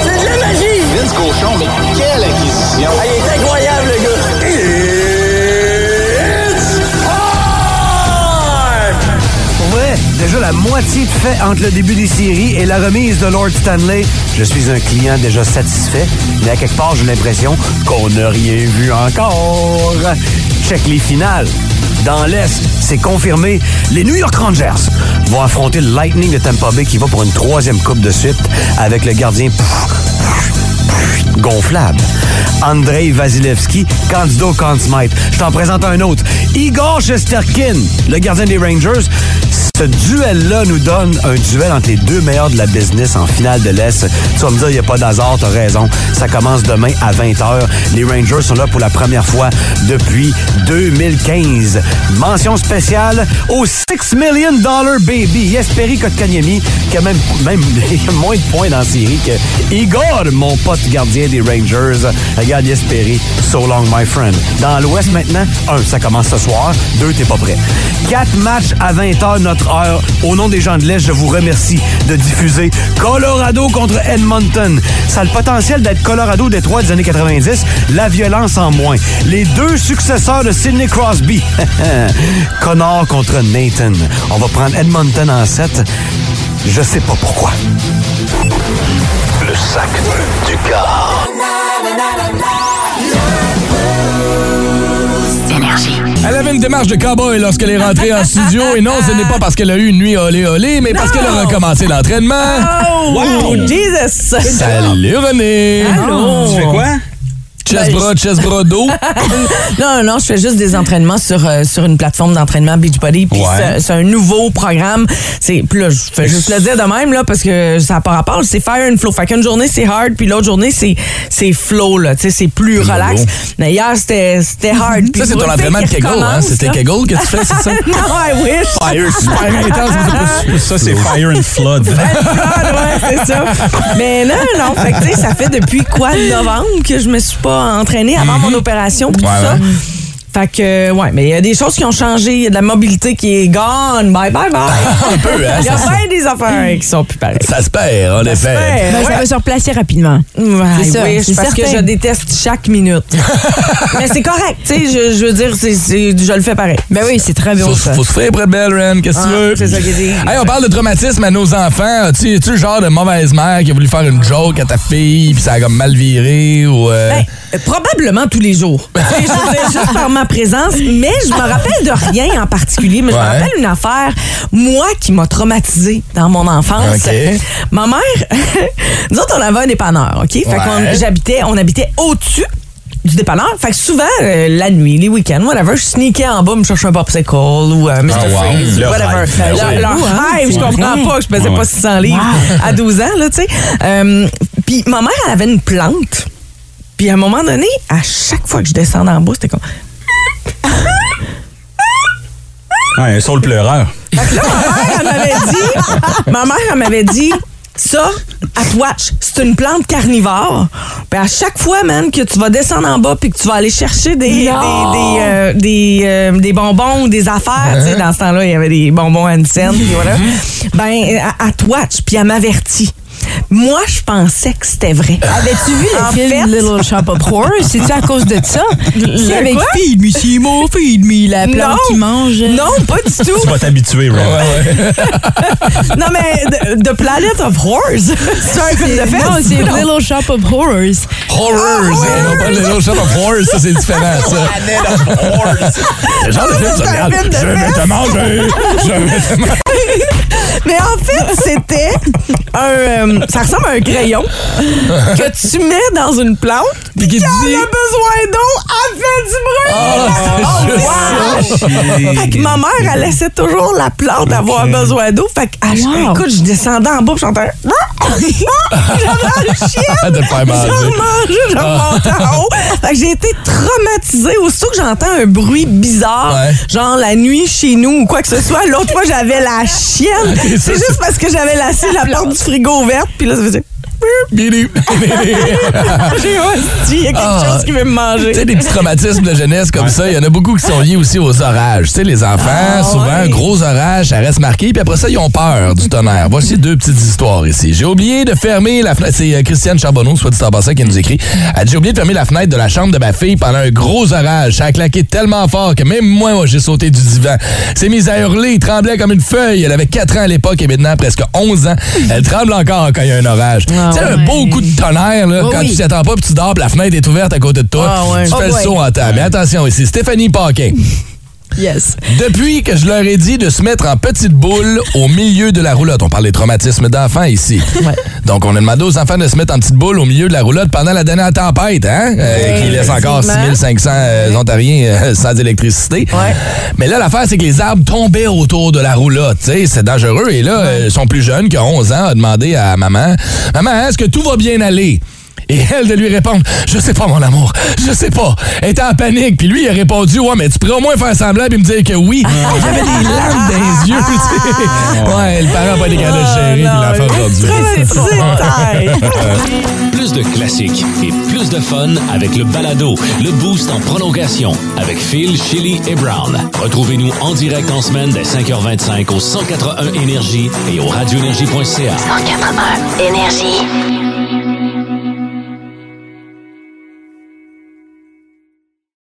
Speaker 14: C'est de la magie! Vince Cochon, mais quelle acquisition! il est incroyable, le gars!
Speaker 17: Pour vrai, déjà la moitié de fait entre le début des séries et la remise de Lord Stanley. Je suis un client déjà satisfait, mais à quelque part, j'ai l'impression qu'on n'a rien vu encore. Check les finales. Dans l'Est, c'est confirmé. Les New York Rangers vont affronter le Lightning de Tampa Bay qui va pour une troisième coupe de suite avec le gardien gonflable. Andrei Vasilevski, candidat au Conn Smythe. Je t'en présente un autre. Igor Shesterkin, le gardien des Rangers. Ce duel-là nous donne un duel entre les deux meilleurs de la business en finale de l'Est. Tu vas me dire, il n'y a pas d'hasard, t'as raison. Ça commence demain à 20h. Les Rangers sont là pour la première fois depuis 2015. Mention spéciale au 6 million dollar baby, Jesperi Kotkaniemi, qui a même, même moins de points dans la série que Igor, mon pote gardien des Rangers. Regarde Jesperi, so long my friend. Dans l'Ouest maintenant, un, ça commence ce soir, deux, t'es pas prêt. Quatre matchs à 20h notre heure. Au nom des gens de l'Est, je vous remercie de diffuser Colorado contre Edmonton. Ça a le potentiel d'être Colorado Détroit des années 90, la violence en moins. Les deux successeurs de Sidney Crosby. Connor contre Nathan. On va prendre Edmonton en 7. Je sais pas pourquoi.
Speaker 14: Le sac du corps.
Speaker 6: Elle avait avait une démarche de cowboy lorsqu'elle est rentrée en studio. Et non, ce n'est pas parce qu'elle a eu une nuit olé olé, mais parce qu'elle a recommencé l'entraînement.
Speaker 18: Oh, Jesus!
Speaker 6: Salut René!
Speaker 18: Allô. Tu fais quoi?
Speaker 6: Chest bras, chest bras dos.
Speaker 18: non, non, je fais juste des entraînements sur, euh, sur une plateforme d'entraînement Beachbody. Puis
Speaker 6: Ouais.
Speaker 18: c'est- c'est un nouveau programme. C'est- Puis là, je fais juste le dire de même, là, parce que ça n'a pas rapport. C'est fire and flow. Fait qu'une journée, c'est hard, puis l'autre journée, c'est c'est flow, là. Tu sais, c'est plus relax. Mais hier, c'était c'était hard. Puis
Speaker 6: Ça, c'est
Speaker 18: pour
Speaker 6: ton
Speaker 18: une fille
Speaker 6: entraînement de
Speaker 18: qui
Speaker 6: Kegel, hein?
Speaker 18: recommence,
Speaker 6: C'était
Speaker 18: là.
Speaker 6: Kegel que tu fais, c'est ça?
Speaker 18: non, I wish.
Speaker 6: Fire, super intense, mais c'est plus-
Speaker 5: Ça, c'est Fire and Flood.
Speaker 18: Ah, c'est ça. Mais non, non. Fait que, tu sais, ça fait depuis quoi, novembre, que je me suis pas entraînée avant
Speaker 6: Mhm.
Speaker 18: mon opération, pis tout ça. Fait que, euh, ouais, mais il y a des choses qui ont changé. Il y a de la mobilité qui est gone. Bye, bye, bye.
Speaker 6: Un peu, hein,
Speaker 18: Il y a
Speaker 6: ça se-
Speaker 18: bien des affaires qui sont plus pareilles.
Speaker 6: Ça se perd, en effet.
Speaker 7: Ben, Ça va se replacer rapidement.
Speaker 18: C'est
Speaker 7: C'est ça, c'est
Speaker 18: parce que
Speaker 7: certain.
Speaker 18: je déteste chaque minute. mais c'est correct, tu sais, je, je veux dire, c'est- c'est- je le fais pareil. Ben oui, c'est très
Speaker 6: Faut, faut se faire, Brett Bell, Ren, qu'est-ce que
Speaker 18: Ah,
Speaker 6: tu veux?
Speaker 18: c'est ça qu'il dit.
Speaker 6: Hey, on parle de traumatisme à nos enfants. Tu es-tu le genre de mauvaise mère qui a voulu faire une joke à ta fille, puis ça a comme mal viré, ou... euh,
Speaker 18: Ben, Probablement tous les jours. Tu sais, je veux dire, juste par ma présence, mais je me rappelle de rien en particulier, mais je
Speaker 14: Ouais.
Speaker 18: me rappelle une affaire, moi, qui m'a traumatisée dans mon enfance.
Speaker 14: Ok.
Speaker 18: Ma mère, nous autres, on avait un dépanneur, OK? Fait
Speaker 14: Ouais.
Speaker 18: qu'on j'habitais, on habitait au-dessus du dépanneur. Fait que souvent, euh, la nuit, les week-ends, whatever, je sneakais en bas me chercher un popsicle ou euh, Mr.
Speaker 14: Ah, wow.
Speaker 18: Freeze,
Speaker 14: Leur
Speaker 18: whatever.
Speaker 14: rêve.
Speaker 18: Leur-
Speaker 14: Ouais.
Speaker 18: leur
Speaker 14: Ouais.
Speaker 18: rêve, je
Speaker 14: Ouais.
Speaker 18: comprends pas que je pesais
Speaker 14: Ouais,
Speaker 18: pas
Speaker 14: ouais.
Speaker 18: 600 livres à 12 ans, là, tu sais. Euh, Puis ma mère, elle avait une plante. Puis à un moment donné, à chaque fois que je descendais en bas, c'était comme...
Speaker 5: Ouais, un saule pleureur.
Speaker 18: Elle m'avait dit, ma mère, elle m'avait dit, ça, à watch, c'est une plante carnivore. Puis à chaque fois, man, que tu vas descendre en bas puis que tu vas aller chercher des, des,
Speaker 14: Non.
Speaker 18: des, euh, des, euh, des bonbons ou des affaires, tu sais,
Speaker 14: Hein?
Speaker 18: dans ce temps-là, il y avait des bonbons Hansen, puis voilà. Ben, à, à watch, puis elle m'avertit. Moi, je pensais que c'était vrai.
Speaker 7: Avais-tu vu le
Speaker 18: En
Speaker 7: film
Speaker 18: fait-
Speaker 7: Little Shop of Horrors? C'est-tu à cause de ça? C'est avec
Speaker 18: quoi?
Speaker 7: Feed Me Simo, Feed Me, la plante
Speaker 18: Non.
Speaker 7: qui mange.
Speaker 18: Non, pas du tout.
Speaker 5: Tu vas t'habituer, Ron.
Speaker 18: non, mais The, The Planet of Horrors, c'est un film de fête.
Speaker 7: Non, c'est Little Shop of Horrors.
Speaker 18: Ah,
Speaker 6: Horrors! hein, non pas les autres Shop of Horrors, ça c'est différent, ça. C'est le genre de film, tu
Speaker 14: C'est un
Speaker 6: regardes,
Speaker 14: film de
Speaker 6: je vais te
Speaker 14: fesses.
Speaker 6: manger, je vais te manger.
Speaker 18: Mais en fait, c'était un. euh, ça ressemble à un crayon que tu mets dans une plante. Puis qui dit. Quand elle a besoin d'eau, elle fait
Speaker 6: Ah,
Speaker 18: du bruit!
Speaker 14: c'est
Speaker 18: wow!
Speaker 14: juste ça.
Speaker 18: Fait que ma mère, elle laissait toujours la plante avoir besoin d'eau. Fait que, à chaque- écoute, je descendais en bas, puis j'entends. Ah! Ah! J'avais la
Speaker 14: Ah,
Speaker 18: chienne!
Speaker 14: t'as pas mangé.
Speaker 18: Je remangeais, je
Speaker 14: Ah.
Speaker 18: remontais en haut. Fait que j'ai été traumatisée. Aussitôt que j'entends un bruit bizarre, genre la nuit chez nous ou quoi que ce soit, l'autre fois, j'avais la chienne.
Speaker 14: Ok, ça,
Speaker 18: C'est juste
Speaker 14: c'est-
Speaker 18: parce que j'avais laissé la porte du frigo ouverte, puis là, ça faisait.
Speaker 6: Bidi, bidi.
Speaker 18: J'ai dit, il y a quelque chose qui veut me manger.
Speaker 6: Ah. Tu sais, des petits traumatismes de jeunesse comme ça, il y en a beaucoup qui sont liés aussi aux orages. Tu sais, les enfants,
Speaker 18: Ah,
Speaker 6: souvent, un gros orage, ça reste marqué, puis après ça, ils ont peur du tonnerre. Voici deux petites histoires ici. J'ai oublié de fermer la fenêtre. C'est euh, Christiane Charbonneau, soit dit en passant, qui nous écrit. Elle dit, J'ai oublié de fermer la fenêtre de la chambre de ma fille pendant un gros orage. Ça a claqué tellement fort que même moi, moi, j'ai sauté du divan. C'est mise à hurler, tremblait comme une feuille. Elle avait 4 ans à l'époque et maintenant presque 11 ans. Elle tremble encore quand il y a un orage.
Speaker 18: Ah
Speaker 6: tu sais, un beau coup de tonnerre, là,
Speaker 18: Oh
Speaker 6: quand
Speaker 18: oui.
Speaker 6: tu t'y attends pas puis tu dors, puis la fenêtre est ouverte à côté de toi.
Speaker 18: Ah ouais.
Speaker 6: Tu fais
Speaker 18: Oh
Speaker 6: le
Speaker 18: boy.
Speaker 6: saut en temps. Mais attention ici, Stéphanie Paquin.
Speaker 18: Yes.
Speaker 6: Depuis que je leur ai dit de se mettre en petite boule au milieu de la roulotte, on parle des traumatismes d'enfants ici. Donc, on a demandé aux enfants de se mettre en petite boule au milieu de la roulotte pendant la dernière tempête, hein? Euh, qui laisse encore
Speaker 18: effectivement.
Speaker 6: 6500 euh, Ontariens euh, sans électricité. Mais là, l'affaire, c'est que les arbres tombaient autour de la roulotte. tu sais, C'est dangereux. Et là, euh, son plus jeune, qui a 11 ans, a demandé à maman Maman, est-ce que tout va bien aller? Et elle de lui répondre Je sais pas, mon amour, je sais pas. Elle était en panique. Puis lui, il a répondu Ouais, mais tu pourrais au moins faire semblant et me dire que oui.
Speaker 18: Ah.
Speaker 6: J'avais des larmes dans les yeux. tu sais. Ouais, le parent a pas été capable de le
Speaker 18: Ah,
Speaker 6: gérer, puis l'enfant aujourd'hui.
Speaker 1: Plus de classiques et plus de fun avec le balado, le boost en prolongation avec Phil, Chili et Brown. Retrouvez-nous en direct en semaine dès 5h25 au 181 Énergie et au radioénergie.ca.
Speaker 19: 181 énergie.